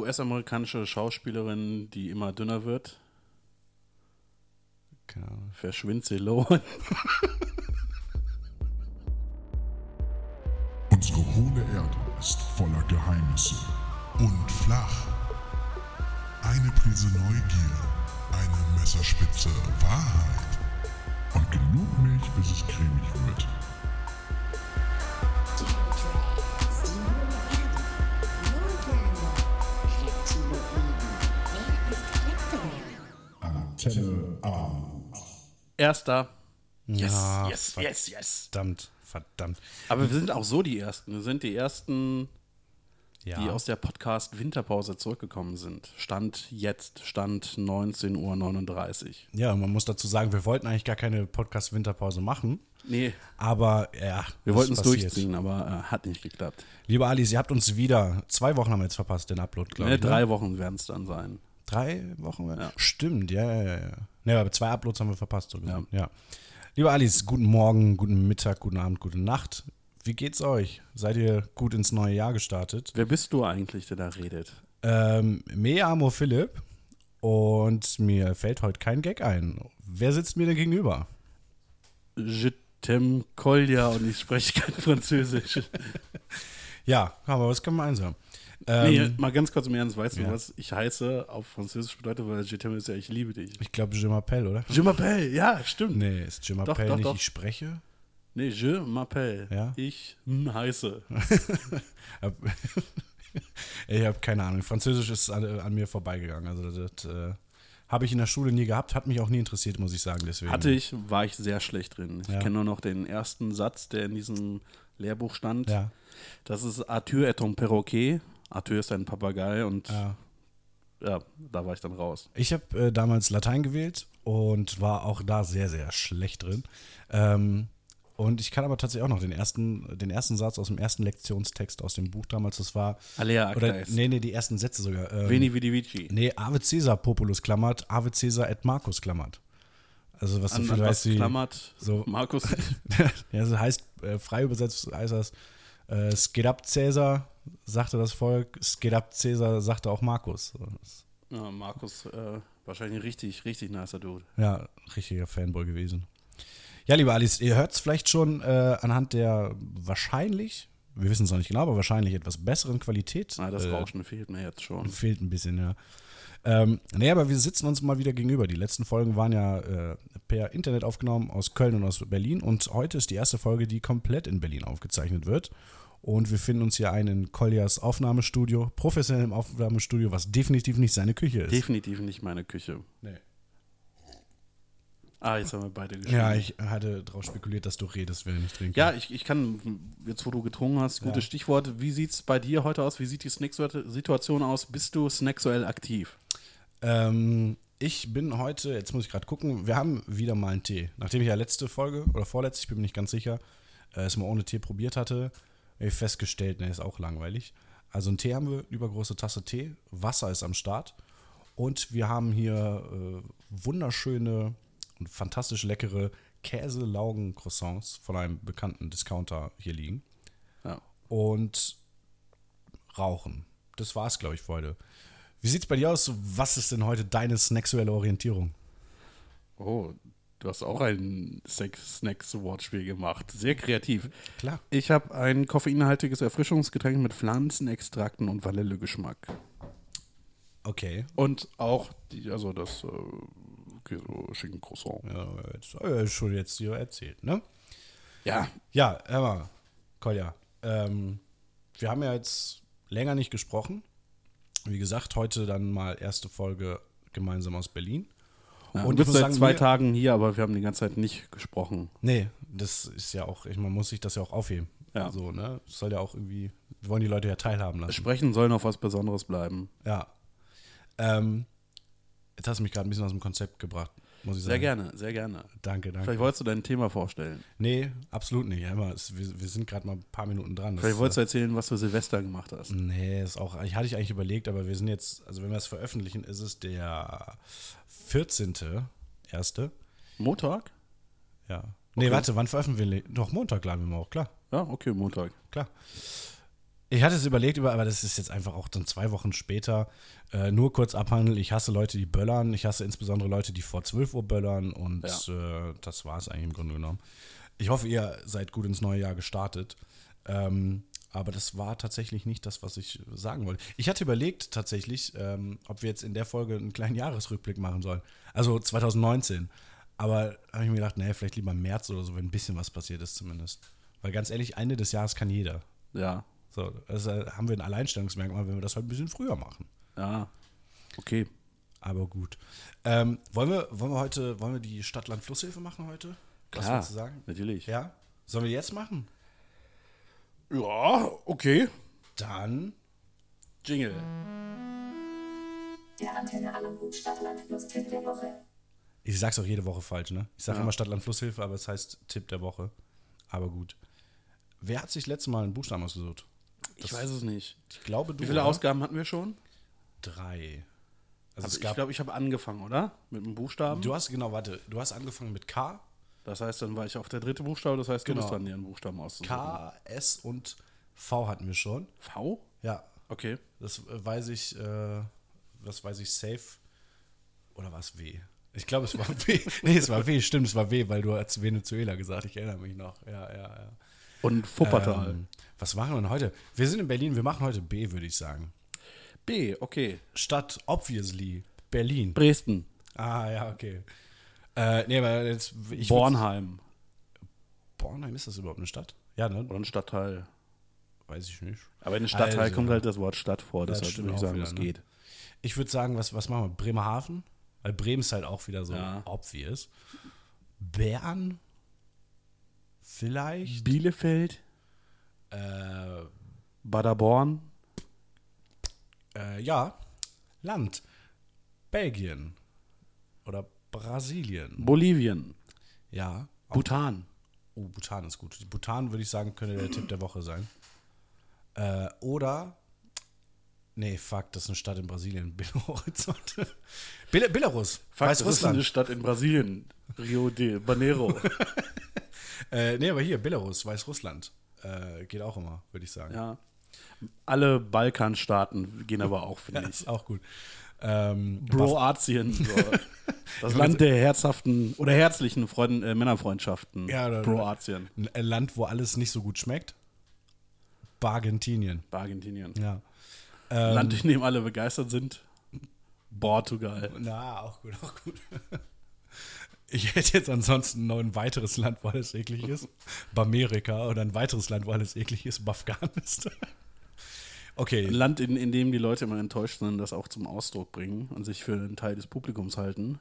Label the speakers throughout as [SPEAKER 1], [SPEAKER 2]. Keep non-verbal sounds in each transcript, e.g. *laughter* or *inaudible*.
[SPEAKER 1] US-amerikanische Schauspielerin, die immer dünner wird.
[SPEAKER 2] Keine Ahnung.
[SPEAKER 1] Verschwinze Lohan.
[SPEAKER 3] Unsere hohle Erde ist voller Geheimnisse und flach. Eine Prise Neugier, eine Messerspitze Wahrheit und genug Milch, bis es cremig wird. Antenne A.
[SPEAKER 1] *laughs* Erster. Yes,
[SPEAKER 2] Ja,
[SPEAKER 1] yes, yes, yes.
[SPEAKER 2] Verdammt, verdammt.
[SPEAKER 1] Aber wir sind auch so die Ersten. Wir sind die Ersten,
[SPEAKER 2] Ja.
[SPEAKER 1] die aus der Podcast-Winterpause zurückgekommen sind. Stand jetzt, Stand 19.39 Uhr.
[SPEAKER 2] ja, man muss dazu sagen, wir wollten eigentlich gar keine Podcast-Winterpause machen.
[SPEAKER 1] Nee,
[SPEAKER 2] Aber ja,
[SPEAKER 1] wir
[SPEAKER 2] das
[SPEAKER 1] wollten es
[SPEAKER 2] passiert.
[SPEAKER 1] durchziehen, aber äh, hat nicht geklappt.
[SPEAKER 2] Liebe Alice, ihr habt uns wieder. Zwei Wochen haben wir jetzt verpasst, den Upload, glaube
[SPEAKER 1] Ne,
[SPEAKER 2] ich.
[SPEAKER 1] drei
[SPEAKER 2] Ne?
[SPEAKER 1] Wochen werden es dann sein.
[SPEAKER 2] Drei Wochen? Stimmt, ja, ja, ja. Ne, aber zwei Uploads haben wir verpasst, so gesehen. Ja. Liebe Alice, guten Morgen, guten Mittag, guten Abend, gute Nacht. Wie geht's euch? Seid ihr gut ins neue Jahr gestartet?
[SPEAKER 1] Wer bist du eigentlich, der da redet?
[SPEAKER 2] Ähm, me amo Philipp und mir fällt heute kein Gag ein. Wer sitzt mir denn gegenüber?
[SPEAKER 1] Je t'aime Kolja und ich spreche kein Französisch.
[SPEAKER 2] Ja, haben wir was gemeinsam.
[SPEAKER 1] Nee,
[SPEAKER 2] Ähm,
[SPEAKER 1] mal ganz kurz im Ernst, weißt du,
[SPEAKER 2] ja.
[SPEAKER 1] was ich heiße auf Französisch bedeutet, weil Je t'aime ist ja, ich liebe dich.
[SPEAKER 2] Ich glaube, Je m'appelle, oder?
[SPEAKER 1] Je m'appelle, ja, stimmt. Nee,
[SPEAKER 2] Nee, ist Je m'appelle
[SPEAKER 1] Doch, doch,
[SPEAKER 2] nicht
[SPEAKER 1] doch.
[SPEAKER 2] ich spreche? *laughs*
[SPEAKER 1] je m'appelle,
[SPEAKER 2] Ja.
[SPEAKER 1] ich hm, heiße.
[SPEAKER 2] Hab- *laughs* ich habe keine Ahnung. Französisch ist an, an mir vorbeigegangen. Also das äh, habe ich in der Schule nie gehabt, hat mich auch nie interessiert, muss ich sagen. Deswegen.
[SPEAKER 1] Hatte ich, war ich sehr schlecht drin. Ich
[SPEAKER 2] Ja.
[SPEAKER 1] kenne nur noch den ersten Satz, der in diesem Lehrbuch stand.
[SPEAKER 2] Ja.
[SPEAKER 1] Das ist Arthur est un perroquet. Arthur ist ein Papagei und
[SPEAKER 2] Ja.
[SPEAKER 1] ja, da war ich dann raus.
[SPEAKER 2] Ich habe äh, damals Latein gewählt und war auch da sehr, sehr schlecht drin. Ähm, und ich kann aber tatsächlich auch noch den ersten, den ersten Satz aus dem ersten Lektionstext aus dem Buch damals, das war.
[SPEAKER 1] Alea acta
[SPEAKER 2] oder,
[SPEAKER 1] est.
[SPEAKER 2] nee, nee, die ersten Sätze sogar. Ähm,
[SPEAKER 1] Veni vidi vici.
[SPEAKER 2] Nee, Ave Caesar Populus klammert, Ave Caesar et Marcus klammert. Also was
[SPEAKER 1] An,
[SPEAKER 2] du
[SPEAKER 1] an was
[SPEAKER 2] vielleicht wie.
[SPEAKER 1] klammert
[SPEAKER 2] so-
[SPEAKER 1] Markus?
[SPEAKER 2] *laughs*
[SPEAKER 1] *laughs*
[SPEAKER 2] ja, so heißt äh, frei übersetzt heißt das äh, Skedab Caesar sagte das Volk, Skedab Caesar sagte auch Markus.
[SPEAKER 1] ja, Markus, äh, wahrscheinlich ein richtig, richtig nicer Dude.
[SPEAKER 2] Ja, richtiger Fanboy gewesen. Ja, liebe Alice, ihr hört es vielleicht schon äh, anhand der wahrscheinlich, wir wissen es noch nicht genau, aber wahrscheinlich etwas besseren Qualität.
[SPEAKER 1] Ah, das
[SPEAKER 2] äh,
[SPEAKER 1] Rauschen fehlt mir jetzt schon.
[SPEAKER 2] Fehlt ein bisschen, ja. Ähm, nee, aber wir sitzen uns mal wieder gegenüber. Die letzten Folgen waren ja äh, per Internet aufgenommen aus Köln und aus Berlin. Und heute ist die erste Folge, die komplett in Berlin aufgezeichnet wird. Und wir finden uns hier ein in Koljas Aufnahmestudio, professionellem Aufnahmestudio, was definitiv nicht seine Küche ist.
[SPEAKER 1] Definitiv nicht meine Küche.
[SPEAKER 2] Nee.
[SPEAKER 1] Ah, jetzt haben wir beide geschrieben.
[SPEAKER 2] Ja, ich hatte darauf spekuliert, dass du redest, wenn ich nicht trinke.
[SPEAKER 1] Ja, ich, ich kann, jetzt wo du getrunken hast, gutes Stichwort. Wie sieht es bei dir heute aus? Wie sieht die Snack-Situation aus? Bist du snacksuell aktiv?
[SPEAKER 2] Ähm, ich bin heute, jetzt muss ich gerade gucken, wir haben wieder mal einen Tee. Nachdem ich ja letzte Folge oder vorletzte, ich bin mir nicht ganz sicher, äh, es mal ohne Tee probiert hatte, habe ich festgestellt, ne, ist auch langweilig. Also einen Tee haben wir, übergroße Tasse Tee, Wasser ist am Start und wir haben hier äh, wunderschöne und fantastisch leckere Käse-Laugen-Croissants von einem bekannten Discounter hier liegen
[SPEAKER 1] Ja.
[SPEAKER 2] und rauchen. Das war's, glaube ich, für heute. Wie sieht's bei dir aus? Was ist denn heute deine sexuelle Orientierung?
[SPEAKER 1] Oh, du hast auch ein Snacks-Wortspiel gemacht. Sehr kreativ.
[SPEAKER 2] Klar.
[SPEAKER 1] Ich habe ein koffeinhaltiges Erfrischungsgetränk mit Pflanzenextrakten und Vanillegeschmack.
[SPEAKER 2] Okay.
[SPEAKER 1] Und auch, die, also das äh, so schicken Croissant.
[SPEAKER 2] Ja, jetzt, äh, schon jetzt hier erzählt, ne?
[SPEAKER 1] Ja,
[SPEAKER 2] Ja, hör mal, Kolja. Ähm, wir haben ja jetzt länger nicht gesprochen. Wie gesagt, heute dann mal erste Folge gemeinsam aus Berlin.
[SPEAKER 1] ja.
[SPEAKER 2] Und
[SPEAKER 1] und du
[SPEAKER 2] ich
[SPEAKER 1] bist
[SPEAKER 2] muss
[SPEAKER 1] seit
[SPEAKER 2] sagen,
[SPEAKER 1] zwei
[SPEAKER 2] mir-
[SPEAKER 1] Tagen hier, aber wir haben die ganze Zeit nicht gesprochen.
[SPEAKER 2] Nee, das ist ja auch, ich, man muss sich das ja auch aufheben.
[SPEAKER 1] Ja.
[SPEAKER 2] So, ne? Das soll ja auch irgendwie, wir wollen die Leute ja teilhaben lassen.
[SPEAKER 1] Sprechen soll noch was Besonderes bleiben.
[SPEAKER 2] Ja. Ähm, jetzt hast du mich gerade ein bisschen aus dem Konzept gebracht, muss ich sagen.
[SPEAKER 1] Sehr gerne, sehr gerne.
[SPEAKER 2] Danke, danke.
[SPEAKER 1] Vielleicht wolltest du dein Thema vorstellen.
[SPEAKER 2] Nee, absolut nicht. Ja, immer, es, wir, wir sind gerade mal ein paar Minuten dran. Das- äh,
[SPEAKER 1] Vielleicht wolltest du erzählen, was du Silvester gemacht hast.
[SPEAKER 2] Nee, ist auch, ich hatte ich eigentlich überlegt, aber wir sind jetzt, also wenn wir es veröffentlichen, ist es der 14. Erste.
[SPEAKER 1] Montag?
[SPEAKER 2] Ja. Nee,
[SPEAKER 1] Okay.
[SPEAKER 2] warte, wann veröffentlichen wir? Doch, Montag laden wir mal auch, klar,
[SPEAKER 1] Ja, okay, Montag.
[SPEAKER 2] klar. Ich hatte es überlegt, über, aber das ist jetzt einfach auch dann zwei Wochen später. Äh, nur kurz abhandeln. Ich hasse Leute, die böllern. Ich hasse insbesondere Leute, die vor 12 Uhr böllern. Und äh, das war es eigentlich im Grunde genommen. Ich hoffe, ihr seid gut ins neue Jahr gestartet. Ähm, aber das war tatsächlich nicht das, was ich sagen wollte. Ich hatte überlegt tatsächlich, ähm, ob wir jetzt in der Folge einen kleinen Jahresrückblick machen sollen. Also 2019. Aber habe ich mir gedacht, naja, vielleicht lieber im März oder so, wenn ein bisschen was passiert ist zumindest. Weil ganz ehrlich, Ende des Jahres kann jeder.
[SPEAKER 1] Ja,
[SPEAKER 2] So, also haben wir ein Alleinstellungsmerkmal, wenn wir das halt ein bisschen früher machen.
[SPEAKER 1] ja. Okay.
[SPEAKER 2] Aber gut. Ähm, wollen, wir, wollen wir heute, wollen wir die Stadt-Land-Flusshilfe machen heute?
[SPEAKER 1] Klar,
[SPEAKER 2] willst du sagen?
[SPEAKER 1] Natürlich.
[SPEAKER 2] Ja? Sollen wir jetzt machen?
[SPEAKER 1] Ja, okay.
[SPEAKER 2] Dann
[SPEAKER 1] Jingle.
[SPEAKER 4] Der Antenne Allerhut Stadtland Flusstipp der Woche.
[SPEAKER 2] Ich sag's auch jede Woche falsch, ne? Ich sage immer Stadtland-Flusshilfe, aber es heißt Tipp der Woche. Aber gut. Wer hat sich letztes Mal einen Buchstaben ausgesucht?
[SPEAKER 1] Ich weiß es nicht.
[SPEAKER 2] Ich glaube, du. ne?
[SPEAKER 1] Wie viele
[SPEAKER 2] oder?
[SPEAKER 1] Ausgaben hatten wir schon?
[SPEAKER 2] Drei. Also es
[SPEAKER 1] ich
[SPEAKER 2] gab.
[SPEAKER 1] glaube, ich habe angefangen, oder? Mit einem Buchstaben.
[SPEAKER 2] du hast, genau, warte, du hast angefangen mit K,
[SPEAKER 1] Das heißt, dann war ich auf der dritte Buchstabe. Das heißt, du
[SPEAKER 2] Genau.
[SPEAKER 1] musst dann ihren Buchstaben aussuchen.
[SPEAKER 2] K, S und V hatten wir schon.
[SPEAKER 1] V?
[SPEAKER 2] Ja.
[SPEAKER 1] Okay.
[SPEAKER 2] Das äh, weiß ich, äh, das weiß ich safe. Oder war es W? Ich glaube, es war *laughs* W. nee, es war W, stimmt, es war W, weil du hast Venezuela gesagt, ich erinnere mich noch. Ja, ja, ja.
[SPEAKER 1] Und Wuppertal.
[SPEAKER 2] Ähm, was machen wir denn heute? Wir sind in Berlin, wir machen heute B, würde ich sagen.
[SPEAKER 1] Äh, B, okay.
[SPEAKER 2] Stadt, obviously, Berlin.
[SPEAKER 1] Dresden.
[SPEAKER 2] Ah, ja, okay. Äh, nee, aber jetzt. Ich
[SPEAKER 1] Bornheim.
[SPEAKER 2] würd- Bornheim, ist das überhaupt eine Stadt? Ja, ne?
[SPEAKER 1] Oder ein Stadtteil.
[SPEAKER 2] Weiß ich nicht.
[SPEAKER 1] Aber in einem Stadtteil
[SPEAKER 2] Also.
[SPEAKER 1] kommt halt das Wort Stadt vor.
[SPEAKER 2] Das
[SPEAKER 1] Deshalb
[SPEAKER 2] stimmt
[SPEAKER 1] würde ich
[SPEAKER 2] auch
[SPEAKER 1] sagen,
[SPEAKER 2] wieder,
[SPEAKER 1] das
[SPEAKER 2] ne?
[SPEAKER 1] geht.
[SPEAKER 2] Ich würde sagen, was, was machen wir? Bremerhaven? Weil Bremen ist halt auch wieder so
[SPEAKER 1] Ja.
[SPEAKER 2] obvious. Bern? Vielleicht?
[SPEAKER 1] Bielefeld,
[SPEAKER 2] Äh,
[SPEAKER 1] Baderborn,
[SPEAKER 2] äh, ja. Land. Belgien. Oder Brasilien.
[SPEAKER 1] Bolivien,
[SPEAKER 2] Ja.
[SPEAKER 1] Bhutan.
[SPEAKER 2] Oh, Bhutan ist gut. Bhutan, würde ich sagen, könnte der Tipp der Woche sein. Äh, oder. Nee, fuck, das ist eine Stadt in Brasilien. *laughs* Belo Horizonte. Bel Belarus.
[SPEAKER 1] Fakt, das ist eine
[SPEAKER 2] Weißrussland.
[SPEAKER 1] Stadt in Brasilien. Rio de *laughs* Janeiro.
[SPEAKER 2] Äh, nee, aber hier, Belarus, Weißrussland. Äh, geht auch immer, würde ich *laughs* sagen.
[SPEAKER 1] ja. Alle Balkanstaaten gehen aber auch, finde *laughs* ich.
[SPEAKER 2] Ist auch gut. Ähm,
[SPEAKER 1] Broatien. *laughs* So. Das Land der herzhaften oder herzlichen Freund, äh, Männerfreundschaften.
[SPEAKER 2] Ja, oder-
[SPEAKER 1] Broatien.
[SPEAKER 2] ein Land, wo alles nicht so gut schmeckt. Argentinien.
[SPEAKER 1] Argentinien. Ähm.
[SPEAKER 2] Ja.
[SPEAKER 1] Land, in dem alle begeistert sind. Portugal.
[SPEAKER 2] Na, auch gut, auch gut. *laughs* Ich hätte jetzt ansonsten noch ein weiteres Land, wo alles eklig *laughs* ist. Bamerika oder ein weiteres Land, wo alles eklig ist. Afghanistan.
[SPEAKER 1] Ein
[SPEAKER 2] *laughs* Okay,
[SPEAKER 1] Land, in, in dem die Leute immer enttäuscht sind, das auch zum Ausdruck bringen und sich für einen Teil des Publikums halten.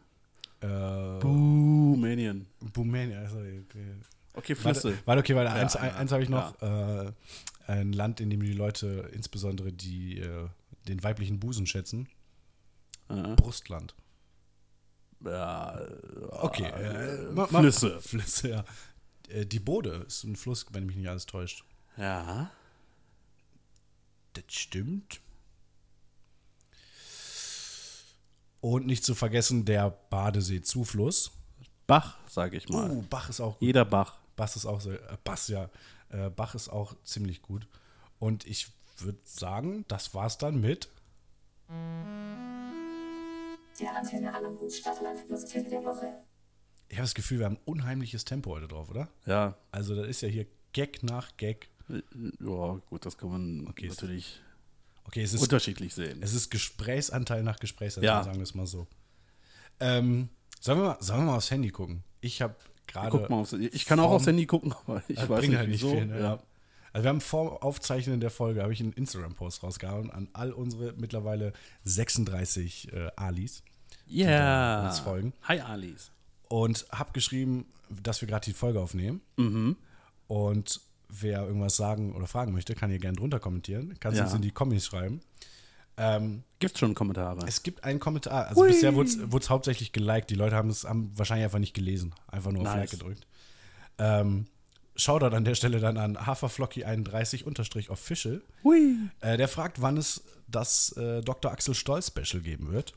[SPEAKER 2] äh,
[SPEAKER 1] Rumänien.
[SPEAKER 2] Rumänien. Sorry. okay.
[SPEAKER 1] Okay, Flüsse.
[SPEAKER 2] Warte, warte, okay, warte, eins,
[SPEAKER 1] ja,
[SPEAKER 2] ein- eins habe ich noch. Äh, ein Land, in dem die Leute insbesondere die, äh, den weiblichen Busen schätzen.
[SPEAKER 1] Äh,
[SPEAKER 2] Brustland.
[SPEAKER 1] ja,
[SPEAKER 2] Okay. Äh, ma- ma-
[SPEAKER 1] Ah, Flüsse.
[SPEAKER 2] Flüsse, ja. Äh, die Bode ist ein Fluss, wenn mich nicht alles täuscht.
[SPEAKER 1] Ja.
[SPEAKER 2] Das stimmt. Und nicht zu vergessen der Badesee-Zufluss.
[SPEAKER 1] Bach, sage ich mal.
[SPEAKER 2] Uh, Bach ist auch gut.
[SPEAKER 1] Jeder Bach.
[SPEAKER 2] Bass ist auch so, äh, Bass, ja. Äh, Bach ist auch ziemlich gut. Und ich würde sagen, das war's dann mit
[SPEAKER 4] Der Antenne Allerhut Stadtland Flusstipp der Woche.
[SPEAKER 2] Ich habe das Gefühl, wir haben unheimliches Tempo heute drauf, oder?
[SPEAKER 1] Ja.
[SPEAKER 2] Also, das ist ja hier Gag nach Gag.
[SPEAKER 1] Ja, gut, das kann man
[SPEAKER 2] Okay, ist-
[SPEAKER 1] natürlich
[SPEAKER 2] Okay, es ist,
[SPEAKER 1] unterschiedlich sehen.
[SPEAKER 2] es ist Gesprächsanteil nach Gesprächsanteil,
[SPEAKER 1] Ja.
[SPEAKER 2] sagen wir es mal so. Ähm, sollen, wir mal, sollen wir mal aufs Handy gucken? Ich habe gerade.
[SPEAKER 1] Guck mal aufs, ich kann auch aufs Handy gucken, *laughs* aber ich
[SPEAKER 2] Das
[SPEAKER 1] weiß
[SPEAKER 2] bringt
[SPEAKER 1] nicht,
[SPEAKER 2] halt nicht
[SPEAKER 1] wieso.
[SPEAKER 2] viel, ne?
[SPEAKER 1] ja.
[SPEAKER 2] Also, wir haben vor Aufzeichnen der Folge habe ich einen Instagram-Post rausgehauen an all unsere mittlerweile 36 äh, Alis.
[SPEAKER 1] Yeah.
[SPEAKER 2] uns folgen.
[SPEAKER 1] Hi, Alice.
[SPEAKER 2] und habe geschrieben, dass wir gerade die Folge aufnehmen. Und wer irgendwas sagen oder fragen möchte, kann hier gerne drunter kommentieren. Kannst
[SPEAKER 1] Ja.
[SPEAKER 2] uns in die Kommis schreiben. Ähm,
[SPEAKER 1] Gibt's schon Kommentare?
[SPEAKER 2] es gibt einen Kommentar. Also bisher wurde es hauptsächlich geliked. Die Leute haben es haben wahrscheinlich einfach nicht gelesen. Einfach nur auf
[SPEAKER 1] Nice.
[SPEAKER 2] Like gedrückt. Ähm, Shoutout an der Stelle dann an Haferflocky31-Official.
[SPEAKER 1] Hui.
[SPEAKER 2] Äh, der fragt, wann es das äh, Dr. Axel Stoll Special geben wird.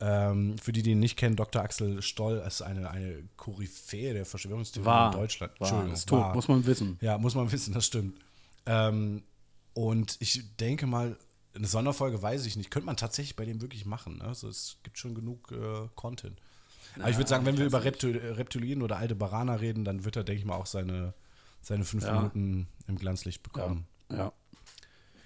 [SPEAKER 2] Ähm, für die, die ihn nicht kennen, Dr. Axel Stoll ist eine, eine Koryphäe der Verschwörungstheorien
[SPEAKER 1] War.
[SPEAKER 2] in Deutschland.
[SPEAKER 1] War. Ist tot,
[SPEAKER 2] war. *laughs*
[SPEAKER 1] muss man wissen.
[SPEAKER 2] ja, muss man wissen, das stimmt. Ähm, Und ich denke mal, eine Sonderfolge weiß ich nicht. Könnte man tatsächlich bei dem wirklich machen. Ne? Also es gibt schon genug äh, Content. Aber ich würde sagen, wenn wir über Reptil Reptilien oder alte Baraner reden, dann wird er, denke ich mal, auch seine, seine fünf
[SPEAKER 1] Ja.
[SPEAKER 2] Minuten im Glanzlicht bekommen.
[SPEAKER 1] Ja.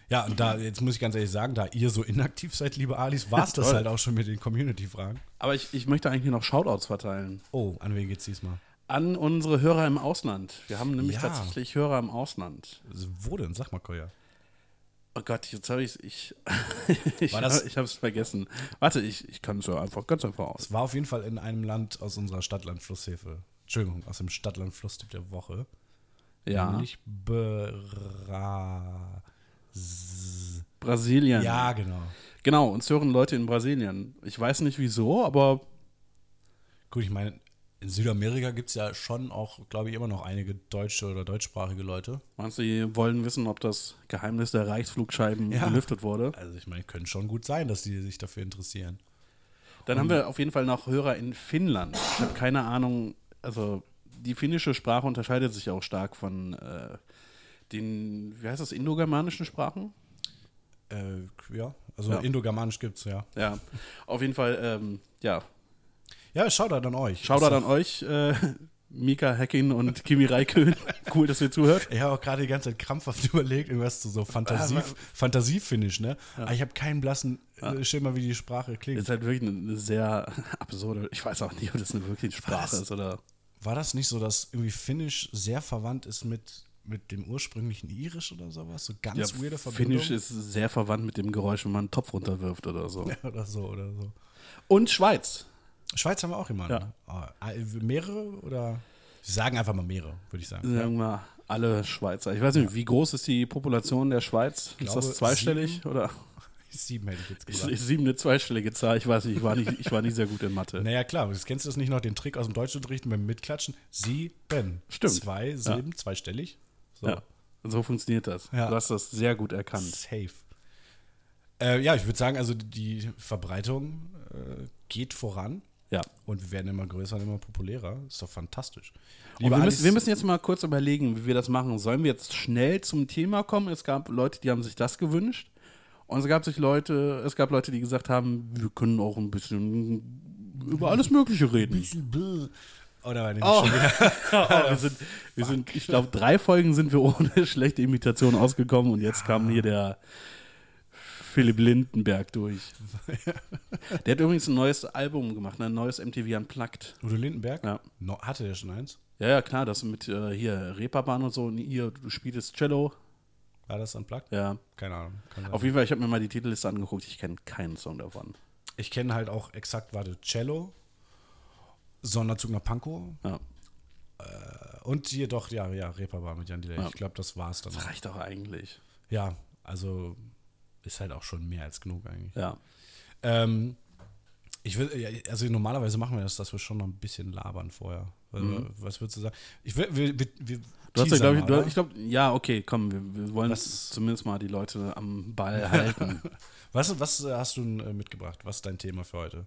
[SPEAKER 2] Ja, und da, jetzt muss ich ganz ehrlich sagen, da ihr so inaktiv seid,
[SPEAKER 1] *laughs*
[SPEAKER 2] liebe Alis, war es das
[SPEAKER 1] Toll.
[SPEAKER 2] halt auch schon mit den Community-Fragen.
[SPEAKER 1] Aber ich, ich möchte eigentlich noch Shoutouts verteilen
[SPEAKER 2] Oh, an wen geht's diesmal?
[SPEAKER 1] an unsere Hörer im Ausland. Wir haben nämlich
[SPEAKER 2] Ja.
[SPEAKER 1] tatsächlich Hörer im Ausland.
[SPEAKER 2] Also, Wo denn? Sag mal, Koya.
[SPEAKER 1] Oh Gott, jetzt habe ich es. Ich, *laughs* ich,
[SPEAKER 2] War das-
[SPEAKER 1] ich habe es vergessen. Warte, ich, ich kann es ja einfach ganz einfach aus.
[SPEAKER 2] Es war auf jeden Fall in einem Land aus unserer Stadtland-Flusshilfe. Entschuldigung, aus dem Stadtland-Flusstipp der Woche.
[SPEAKER 1] Ja.
[SPEAKER 2] Nämlich Bra.
[SPEAKER 1] Brasilien.
[SPEAKER 2] Ja, genau.
[SPEAKER 1] Genau, uns hören Leute in Brasilien. Ich weiß nicht wieso, aber
[SPEAKER 2] Gut, ich meine, in Südamerika gibt es ja schon auch, glaube ich, immer noch einige deutsche oder deutschsprachige Leute.
[SPEAKER 1] meinst du, die wollen wissen, ob das Geheimnis der Reichsflugscheiben
[SPEAKER 2] Ja.
[SPEAKER 1] gelüftet wurde?
[SPEAKER 2] Also, ich meine, können schon gut sein, dass die sich dafür interessieren.
[SPEAKER 1] Dann haben wir auf jeden Fall noch Hörer in Finnland. Ich habe keine Ahnung, also die finnische Sprache unterscheidet sich auch stark von äh, den, wie heißt das, indogermanischen Sprachen?
[SPEAKER 2] Äh, ja, also
[SPEAKER 1] Ja.
[SPEAKER 2] Indogermanisch gibt's, ja.
[SPEAKER 1] Ja, auf jeden Fall, ähm, ja,
[SPEAKER 2] Ja, Shoutout an euch.
[SPEAKER 1] Shoutout an euch, äh, Mika Heckin und Kimi
[SPEAKER 2] *laughs*
[SPEAKER 1] Raikön. Cool, dass ihr zuhört.
[SPEAKER 2] Ich habe auch gerade die ganze Zeit krampfhaft *laughs* überlegt, irgendwas zu so Fantasie, Fantasiefinish, ne? Aber ich habe keinen blassen äh, Schimmer, wie die Sprache
[SPEAKER 1] Das
[SPEAKER 2] klingt.
[SPEAKER 1] ist halt wirklich eine- eine sehr absurde, ich weiß auch nicht, ob das eine wirkliche Sprache
[SPEAKER 2] Was?
[SPEAKER 1] ist oder.
[SPEAKER 2] War das nicht so, dass irgendwie Finnisch sehr verwandt ist mit, mit dem ursprünglichen Irisch oder sowas? So ganz
[SPEAKER 1] Ja,
[SPEAKER 2] weirde Verbindung?
[SPEAKER 1] Finnisch ist sehr verwandt mit dem Geräusch, wenn man einen Topf runterwirft oder so.
[SPEAKER 2] *laughs* oder so oder so.
[SPEAKER 1] Und Schweiz.
[SPEAKER 2] Schweiz haben wir auch jemanden. ne? Ah, äh, mehrere oder? Sie sagen einfach mal mehrere, würde ich sagen.
[SPEAKER 1] Sagen wir alle Schweizer. Ich weiß nicht, wie groß ist die Population der Schweiz?
[SPEAKER 2] glaube,
[SPEAKER 1] ist das zweistellig oder
[SPEAKER 2] Sieben hätte ich jetzt
[SPEAKER 1] ist,
[SPEAKER 2] gesagt.
[SPEAKER 1] ist sieben eine zweistellige Zahl? Ich weiß nicht, ich war nicht, ich war nicht sehr gut in
[SPEAKER 2] *laughs*
[SPEAKER 1] Mathe.
[SPEAKER 2] Naja, klar, aber kennst du das nicht noch, den Trick aus dem Deutschunterricht beim Mitklatschen? Sieben.
[SPEAKER 1] Stimmt.
[SPEAKER 2] Zwei, Silben, zweistellig. So.
[SPEAKER 1] Ja. Also So funktioniert das.
[SPEAKER 2] Ja.
[SPEAKER 1] Du hast das sehr gut erkannt.
[SPEAKER 2] Safe. Äh, ja, ich würde sagen, also die Verbreitung äh, geht voran
[SPEAKER 1] Ja.
[SPEAKER 2] und wir werden immer größer und immer populärer. Ist doch fantastisch.
[SPEAKER 1] Und Oh, wir,
[SPEAKER 2] Alice,
[SPEAKER 1] müssen, wir müssen jetzt mal kurz überlegen, wie wir das machen. Sollen wir jetzt schnell zum Thema kommen? Es gab Leute, die haben sich das gewünscht. Und es gab sich Leute, es gab Leute, die gesagt haben, wir können auch ein bisschen über alles Mögliche
[SPEAKER 2] *laughs*
[SPEAKER 1] reden.
[SPEAKER 2] Oder bei den
[SPEAKER 1] Oh. Ja, *laughs* wir sind, wir sind, ich glaube, drei Folgen sind wir *laughs* ohne schlechte Imitation ausgekommen und jetzt kam hier der Philipp Lindenberg durch. Der hat übrigens ein neues Album gemacht, ne? ein neues MTV Unplugged.
[SPEAKER 2] Udo Lindenberg?
[SPEAKER 1] Ja.
[SPEAKER 2] No, hatte der schon eins?
[SPEAKER 1] Ja, ja, klar, das mit äh, hier Reeperbahn und so. Und hier, du spielst Cello.
[SPEAKER 2] War das unplugged?
[SPEAKER 1] Ja.
[SPEAKER 2] Keine Ahnung. Kann sein.
[SPEAKER 1] Auf jeden Fall, ich habe mir mal die Titelliste angeguckt. Ich kenne keinen Song davon.
[SPEAKER 2] ich kenne halt auch exakt, warte, Cello, Sonderzug nach Pankow
[SPEAKER 1] Ja,
[SPEAKER 2] und hier doch, ja, ja, Reeperbahn mit Jan Delay.
[SPEAKER 1] Ja.
[SPEAKER 2] Ich glaube, das war's dann. auch.
[SPEAKER 1] reicht auch eigentlich.
[SPEAKER 2] Ja, also ist halt auch schon mehr als genug eigentlich.
[SPEAKER 1] Ja.
[SPEAKER 2] Ähm, ich will, ja, also normalerweise machen wir das, dass wir schon noch ein bisschen labern vorher. Also, Was würdest du sagen? Ich will, wir, wir, wir
[SPEAKER 1] Mhm. Du hast ja,
[SPEAKER 2] teasern
[SPEAKER 1] glaube ich,
[SPEAKER 2] mal,
[SPEAKER 1] du,
[SPEAKER 2] oder?
[SPEAKER 1] ich glaube, ja, okay, komm, wir, wir wollen
[SPEAKER 2] Was-
[SPEAKER 1] zumindest mal die Leute am
[SPEAKER 2] *laughs*
[SPEAKER 1] Ball halten.
[SPEAKER 2] was, was äh, hast du denn, äh, mitgebracht? Was ist dein Thema für heute?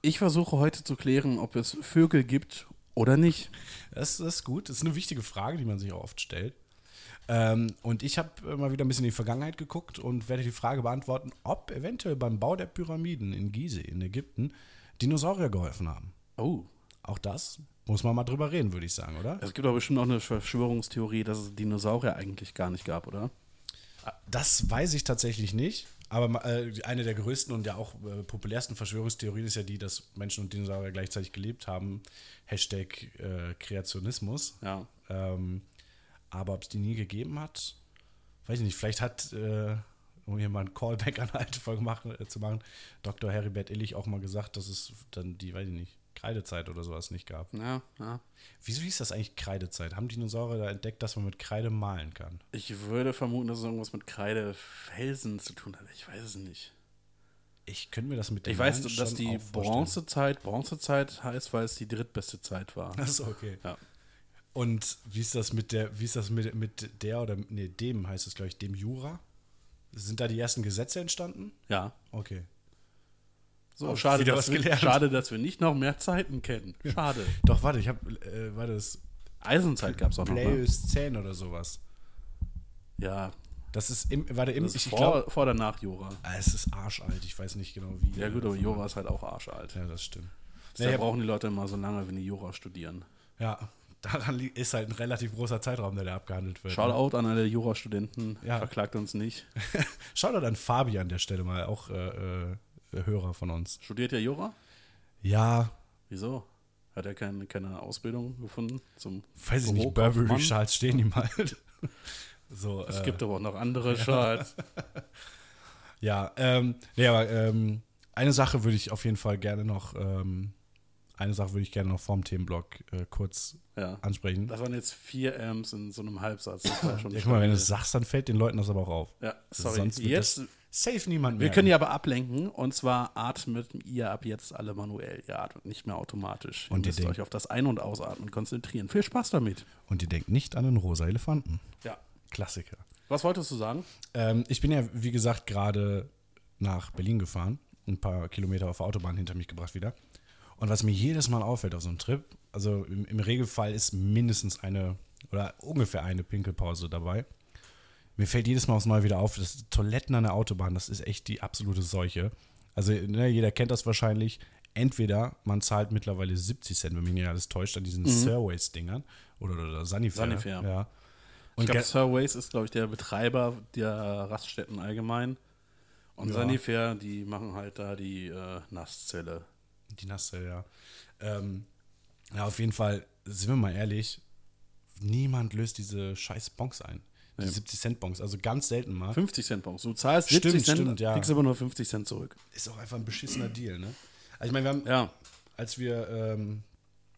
[SPEAKER 1] Ich versuche heute zu klären, ob es Vögel gibt oder nicht.
[SPEAKER 2] Das, das ist gut. Das ist eine wichtige Frage, die man sich auch oft stellt. Ähm, und ich habe mal wieder ein bisschen in die Vergangenheit geguckt und werde die Frage beantworten, ob eventuell beim Bau der Pyramiden in Gizeh in Ägypten Dinosaurier geholfen haben.
[SPEAKER 1] Oh.
[SPEAKER 2] Auch das muss man mal drüber reden, würde ich sagen, oder?
[SPEAKER 1] Es gibt aber bestimmt auch eine Verschwörungstheorie, dass es Dinosaurier eigentlich gar nicht gab, oder?
[SPEAKER 2] Das weiß ich tatsächlich nicht. Aber ma- äh, eine der größten und ja auch äh, populärsten Verschwörungstheorien ist ja die, dass Menschen und Dinosaurier gleichzeitig gelebt haben. Hashtag äh, Kreationismus.
[SPEAKER 1] Ja.
[SPEAKER 2] Ähm, aber ob es die nie gegeben hat, weiß ich nicht. Vielleicht hat, äh, um hier mal einen Callback an eine alte Folge machen, äh, zu machen, Dr. Heribert Illich auch mal gesagt, dass es dann die, weiß ich nicht, Kreidezeit oder sowas nicht gab.
[SPEAKER 1] Ja, ja.
[SPEAKER 2] Wieso hieß das eigentlich Kreidezeit? Haben Dinosaurier da entdeckt, dass man mit Kreide malen kann?
[SPEAKER 1] Ich würde vermuten, dass es irgendwas mit Kreidefelsen zu tun hat. Ich weiß es nicht.
[SPEAKER 2] Ich könnte mir das mit dem
[SPEAKER 1] Ich weiß,
[SPEAKER 2] Malen
[SPEAKER 1] dass
[SPEAKER 2] schon
[SPEAKER 1] die
[SPEAKER 2] auch vorstellen. *laughs*
[SPEAKER 1] Bronzezeit Bronzezeit heißt, weil es die drittbeste Zeit war.
[SPEAKER 2] Achso, okay.
[SPEAKER 1] Ja.
[SPEAKER 2] Und wie ist das mit der, wie ist das mit, mit der oder nee, dem heißt es, glaube ich, dem Jura? Sind da die ersten Gesetze entstanden?
[SPEAKER 1] Ja.
[SPEAKER 2] Okay.
[SPEAKER 1] So,
[SPEAKER 2] Oh,
[SPEAKER 1] schade,
[SPEAKER 2] wieder
[SPEAKER 1] dass
[SPEAKER 2] was
[SPEAKER 1] wir,
[SPEAKER 2] gelernt.
[SPEAKER 1] schade, dass wir nicht noch mehr Zeiten kennen. Schade.
[SPEAKER 2] Doch, warte, ich habe, äh, war das
[SPEAKER 1] ne? Eisenzeit gab es auch noch. Ne?
[SPEAKER 2] Pleiozän oder sowas?
[SPEAKER 1] Ja.
[SPEAKER 2] Das ist im, warte, im,
[SPEAKER 1] Das ist
[SPEAKER 2] ich, ich
[SPEAKER 1] vor,
[SPEAKER 2] glaube,
[SPEAKER 1] vor oder nach Jora.
[SPEAKER 2] es ist arschalt. Ich weiß nicht genau wie.
[SPEAKER 1] Ja gut, aber Jura ist halt auch arschalt.
[SPEAKER 2] Ja, das stimmt.
[SPEAKER 1] Deshalb
[SPEAKER 2] Naja,
[SPEAKER 1] brauchen die Leute immer so lange, wenn die Jura studieren.
[SPEAKER 2] ja, daran li- ist halt ein relativ großer Zeitraum, der da abgehandelt wird.
[SPEAKER 1] Shoutout an alle Jurastudenten.
[SPEAKER 2] Ja.
[SPEAKER 1] Verklagt uns nicht.
[SPEAKER 2] *laughs* Shoutout an Fabi an der Stelle mal, auch äh, äh, Hörer von uns.
[SPEAKER 1] Studiert er Jura?
[SPEAKER 2] Ja,
[SPEAKER 1] Wieso? Hat er keine, keine Ausbildung gefunden zum
[SPEAKER 2] weiß ich nicht,
[SPEAKER 1] Bürokaufmann?
[SPEAKER 2] Burberry Charles stehen ihm halt. *laughs* so,
[SPEAKER 1] Es
[SPEAKER 2] äh,
[SPEAKER 1] gibt aber auch noch
[SPEAKER 2] *laughs*
[SPEAKER 1] andere Charts.
[SPEAKER 2] Ja, ähm, nee, aber ähm, eine Sache würde ich auf jeden Fall gerne noch, ähm, eine Sache würde ich gerne noch vorm Themenblock äh, kurz
[SPEAKER 1] Ja.
[SPEAKER 2] ansprechen.
[SPEAKER 1] Das waren jetzt vier Amps in so einem Halbsatz. Das war schon
[SPEAKER 2] Ja, guck mal, wenn du es sagst, dann fällt den Leuten das aber auch auf. Also
[SPEAKER 1] Ja, sorry.
[SPEAKER 2] Sonst wird
[SPEAKER 1] Jetzt-
[SPEAKER 2] das safe niemand mehr.
[SPEAKER 1] Wir können ja aber ablenken und zwar atmet ihr ab jetzt alle manuell. Ihr atmet nicht mehr automatisch.
[SPEAKER 2] Und
[SPEAKER 1] ihr
[SPEAKER 2] ihr
[SPEAKER 1] müsst
[SPEAKER 2] denkt-
[SPEAKER 1] euch auf das Ein- und Ausatmen konzentrieren. Viel Spaß damit.
[SPEAKER 2] Und ihr denkt nicht an den rosa Elefanten.
[SPEAKER 1] Ja.
[SPEAKER 2] Klassiker.
[SPEAKER 1] Was wolltest du sagen?
[SPEAKER 2] Ähm, ich bin ja, wie gesagt, gerade nach Berlin gefahren. Ein paar Kilometer auf der Autobahn hinter mich gebracht wieder. Und was mir jedes Mal auffällt auf so einem Trip, also im, im Regelfall ist mindestens eine oder ungefähr eine Pinkelpause dabei. Mir fällt jedes Mal aufs Neue wieder auf, dass Toiletten an der Autobahn, das ist echt die absolute Seuche. Also ne, jeder kennt das wahrscheinlich. Entweder man zahlt mittlerweile 70 Cent, wenn mich nicht alles täuscht, an diesen Surways-Dingern oder, oder, oder Sanifair.
[SPEAKER 1] Sanifair.
[SPEAKER 2] Ja. Und
[SPEAKER 1] Ich glaube,
[SPEAKER 2] ge-
[SPEAKER 1] Surways ist, glaube ich, der Betreiber der Raststätten allgemein. Und Sanifair, die machen halt da die äh, Nasszelle.
[SPEAKER 2] Die Nasse, ja. Ähm, ja, auf jeden Fall, sind wir mal ehrlich, niemand löst diese scheiß Bonks ein. Die 70-Cent-Bonks, also ganz selten mal.
[SPEAKER 1] 50 Cent Bonus. Du zahlst
[SPEAKER 2] Stimmt,
[SPEAKER 1] 70 Cent,
[SPEAKER 2] stimmt, ja.
[SPEAKER 1] kriegst aber nur 50 Cent zurück.
[SPEAKER 2] Ist auch einfach ein beschissener Deal, ne? Also ich meine, wir haben,
[SPEAKER 1] Ja.
[SPEAKER 2] als wir, ähm,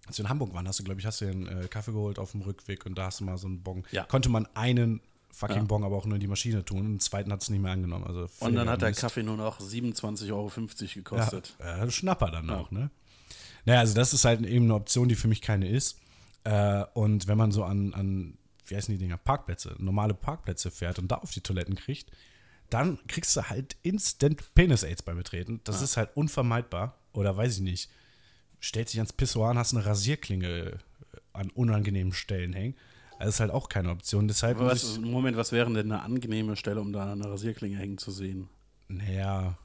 [SPEAKER 2] als wir in Hamburg waren, hast du, glaube ich, hast du dir einen äh, Kaffee geholt auf dem Rückweg und da hast du mal so einen Bon.
[SPEAKER 1] Ja.
[SPEAKER 2] Konnte man einen fucking
[SPEAKER 1] Ja.
[SPEAKER 2] Bon aber auch nur in die Maschine tun und einen zweiten hat es nicht mehr angenommen. Also
[SPEAKER 1] Und dann hat der
[SPEAKER 2] Mist.
[SPEAKER 1] Kaffee nur noch 27,50 Euro gekostet.
[SPEAKER 2] Ja, äh, Schnapper dann auch, ne? Naja, also das ist halt eben eine Option, die für mich keine ist. Äh, und wenn man so an, an, wie heißen die Dinger, Parkplätze, normale Parkplätze fährt und da auf die Toiletten kriegt, dann kriegst du halt instant Penis-Aids beim Betreten. Das ist halt unvermeidbar. Oder weiß ich nicht, stellt sich ans Pissoir und hast eine Rasierklinge äh, an unangenehmen Stellen hängen. Das ist halt auch keine Option. Deshalb
[SPEAKER 1] Aber
[SPEAKER 2] muss
[SPEAKER 1] Was,
[SPEAKER 2] ich,
[SPEAKER 1] Moment, was wäre denn eine angenehme Stelle, um da eine Rasierklinge hängen zu sehen?
[SPEAKER 2] Naja,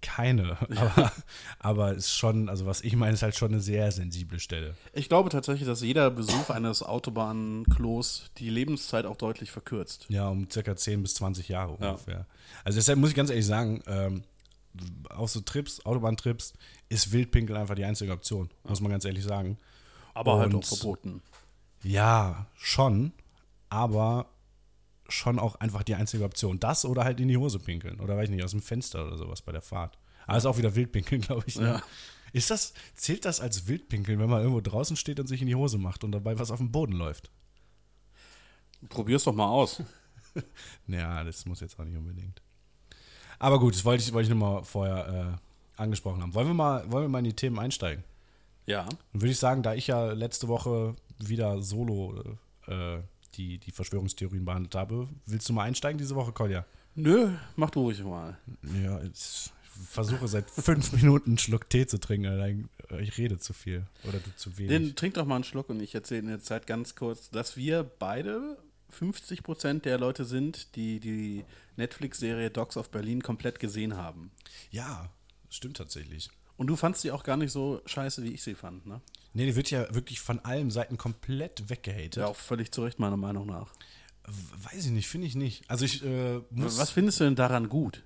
[SPEAKER 2] keine. Aber, aber ist schon, also was ich meine, ist halt schon eine sehr sensible Stelle.
[SPEAKER 1] Ich glaube tatsächlich, dass jeder *coughs* Besuch eines Autobahnklos die Lebenszeit auch deutlich verkürzt.
[SPEAKER 2] Ja, um circa 10 bis 20 Jahre ungefähr. Also deshalb muss ich ganz ehrlich sagen, ähm, auch so Trips, Autobahntrips, ist Wildpinkel einfach die einzige Option, muss man ganz ehrlich sagen.
[SPEAKER 1] Aber halt auch
[SPEAKER 2] Und-
[SPEAKER 1] verboten.
[SPEAKER 2] Ja, schon, aber schon auch einfach die einzige Option. Das oder halt in die Hose pinkeln oder weiß ich nicht, aus dem Fenster oder sowas bei der Fahrt. Aber ist auch wieder Wildpinkeln, *laughs* glaube ich. ne? Ist das, zählt das als Wildpinkeln, wenn man irgendwo draußen steht und sich in die Hose macht und dabei was auf dem Boden läuft?
[SPEAKER 1] Probier's doch mal aus.
[SPEAKER 2] Ja, das muss jetzt auch nicht unbedingt. Aber gut, das wollte ich, wollte ich nochmal vorher äh, angesprochen haben. Wollen wir, mal, wollen wir mal in die Themen einsteigen?
[SPEAKER 1] *laughs* Ja.
[SPEAKER 2] Dann würde ich sagen, da ich ja letzte Woche wieder solo äh, die, die Verschwörungstheorien behandelt habe, willst du mal einsteigen diese Woche, Kolja?
[SPEAKER 1] Nö, mach du ruhig mal.
[SPEAKER 2] Ja, ich versuche seit *laughs* fünf Minuten einen Schluck Tee zu trinken. aber äh, Ich rede zu viel oder du zu wenig.
[SPEAKER 1] Den, trink doch mal einen Schluck und ich erzähle in der Zeit ganz kurz, dass wir beide 50% der Leute sind, die die Netflix-Serie Dogs of Berlin komplett gesehen haben.
[SPEAKER 2] ja, stimmt tatsächlich.
[SPEAKER 1] Und du fandst sie auch gar nicht so scheiße, wie ich sie fand, ne?
[SPEAKER 2] Nee, die wird ja wirklich von allen Seiten komplett weggehatet.
[SPEAKER 1] Ja, auch völlig zu Recht, meiner Meinung nach.
[SPEAKER 2] W- Weiß ich nicht, finde ich nicht. Also ich äh, muss.
[SPEAKER 1] Was findest du denn daran gut?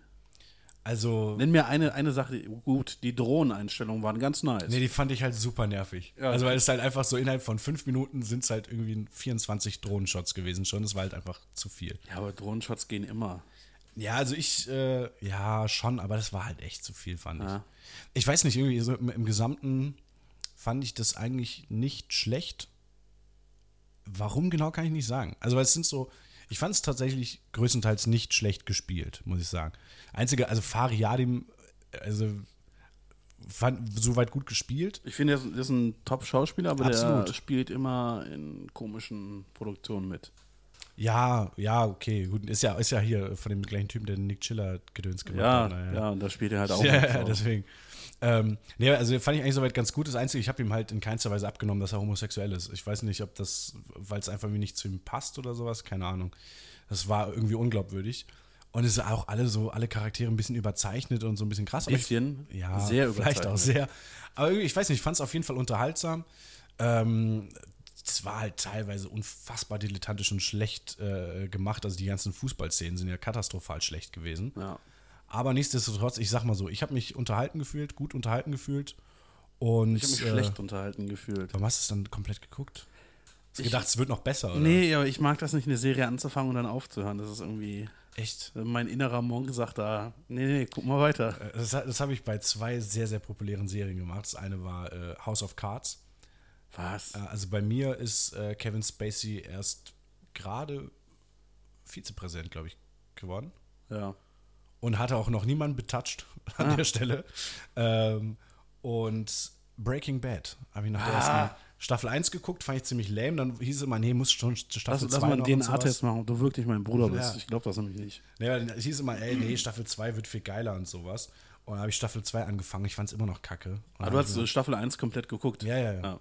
[SPEAKER 2] Also.
[SPEAKER 1] Nenn mir eine, eine Sache, die- gut, die Drohneneinstellungen waren ganz nice.
[SPEAKER 2] Nee, die fand ich halt super nervig.
[SPEAKER 1] Ja.
[SPEAKER 2] Also, weil es halt einfach so innerhalb von fünf Minuten sind es halt irgendwie 24 Drohnenshots gewesen schon. Das war halt einfach zu viel.
[SPEAKER 1] ja, aber Drohnenshots gehen immer.
[SPEAKER 2] Ja, also ich, äh, ja, schon, aber das war halt echt zu viel, fand ich. Ich weiß nicht, irgendwie so im, im Gesamten fand ich das eigentlich nicht schlecht. Warum genau, kann ich nicht sagen. Also, weil es sind so, ich fand es tatsächlich größtenteils nicht schlecht gespielt, muss ich sagen. Einzige, also Fariadim, also fand soweit gut gespielt.
[SPEAKER 1] Ich finde, er ist- ist ein Top-Schauspieler, aber der
[SPEAKER 2] Absolut.
[SPEAKER 1] spielt immer in komischen Produktionen mit.
[SPEAKER 2] Ja, ja, okay, gut. Ist ja, ist ja hier von dem gleichen Typen, der den Nick Chiller gedöns gemacht
[SPEAKER 1] Ja,
[SPEAKER 2] hat. naja.
[SPEAKER 1] ja, und da spielt er halt auch.
[SPEAKER 2] Ja,
[SPEAKER 1] mit.
[SPEAKER 2] ja, deswegen. Ähm, nee, also fand ich eigentlich soweit ganz gut. Das Einzige, ich habe ihm halt in keinster Weise abgenommen, dass er homosexuell ist. Ich weiß nicht, ob das, weil es einfach irgendwie nicht zu ihm passt oder sowas, keine Ahnung. Das war irgendwie unglaubwürdig. Und es ist auch alle so, alle Charaktere ein bisschen überzeichnet und so ein bisschen krass. Aber ich-
[SPEAKER 1] Bisschen,
[SPEAKER 2] ja,
[SPEAKER 1] sehr
[SPEAKER 2] vielleicht auch
[SPEAKER 1] überzeichnet.
[SPEAKER 2] sehr. Aber irgendwie, ich weiß nicht, ich fand es auf jeden Fall unterhaltsam. Ähm, es war halt teilweise unfassbar dilettantisch und schlecht äh, gemacht. Also die ganzen Fußballszenen sind ja katastrophal schlecht gewesen.
[SPEAKER 1] Ja.
[SPEAKER 2] Aber nichtsdestotrotz, ich sag mal so, ich habe mich unterhalten gefühlt, gut unterhalten gefühlt. Und
[SPEAKER 1] Ich habe mich
[SPEAKER 2] äh,
[SPEAKER 1] schlecht unterhalten gefühlt.
[SPEAKER 2] Warum hast du es dann komplett geguckt? Hast du
[SPEAKER 1] Ich-
[SPEAKER 2] gedacht, es wird noch besser, oder?
[SPEAKER 1] Nee, aber ich mag das nicht, eine Serie anzufangen und dann aufzuhören. Das ist irgendwie.
[SPEAKER 2] Echt?
[SPEAKER 1] Mein innerer Monk sagt da, nee, nee, guck mal weiter.
[SPEAKER 2] Äh, Das, hat- das habe ich bei zwei sehr, sehr populären Serien gemacht. Das eine war äh, House of Cards.
[SPEAKER 1] Was?
[SPEAKER 2] Äh, also bei mir ist äh, Kevin Spacey erst gerade Vizepräsident, glaube ich, geworden.
[SPEAKER 1] Ja.
[SPEAKER 2] und hatte auch noch niemanden betatscht an
[SPEAKER 1] Ah.
[SPEAKER 2] der Stelle. Ähm, und Breaking Bad habe ich nach
[SPEAKER 1] Ah.
[SPEAKER 2] der ersten Staffel 1 geguckt, fand ich ziemlich lame. Dann hieß es immer, nee, muss schon zu
[SPEAKER 1] Lass,
[SPEAKER 2] Staffel
[SPEAKER 1] lass
[SPEAKER 2] 2
[SPEAKER 1] mal einen
[SPEAKER 2] noch und
[SPEAKER 1] DNA-Test
[SPEAKER 2] sowas.
[SPEAKER 1] machen, ob du wirklich mein Bruder bist.
[SPEAKER 2] Ja.
[SPEAKER 1] Ich glaube das nämlich nicht.
[SPEAKER 2] Nee, weil es hieß immer, ey, nee, Staffel 2 wird viel geiler und sowas. Und dann habe ich Staffel 2 angefangen, ich fand es immer noch kacke. Und
[SPEAKER 1] Aber
[SPEAKER 2] dann
[SPEAKER 1] du
[SPEAKER 2] hab
[SPEAKER 1] hast äh, Staffel 1 komplett geguckt.
[SPEAKER 2] Ja, ja, ja.
[SPEAKER 1] ja.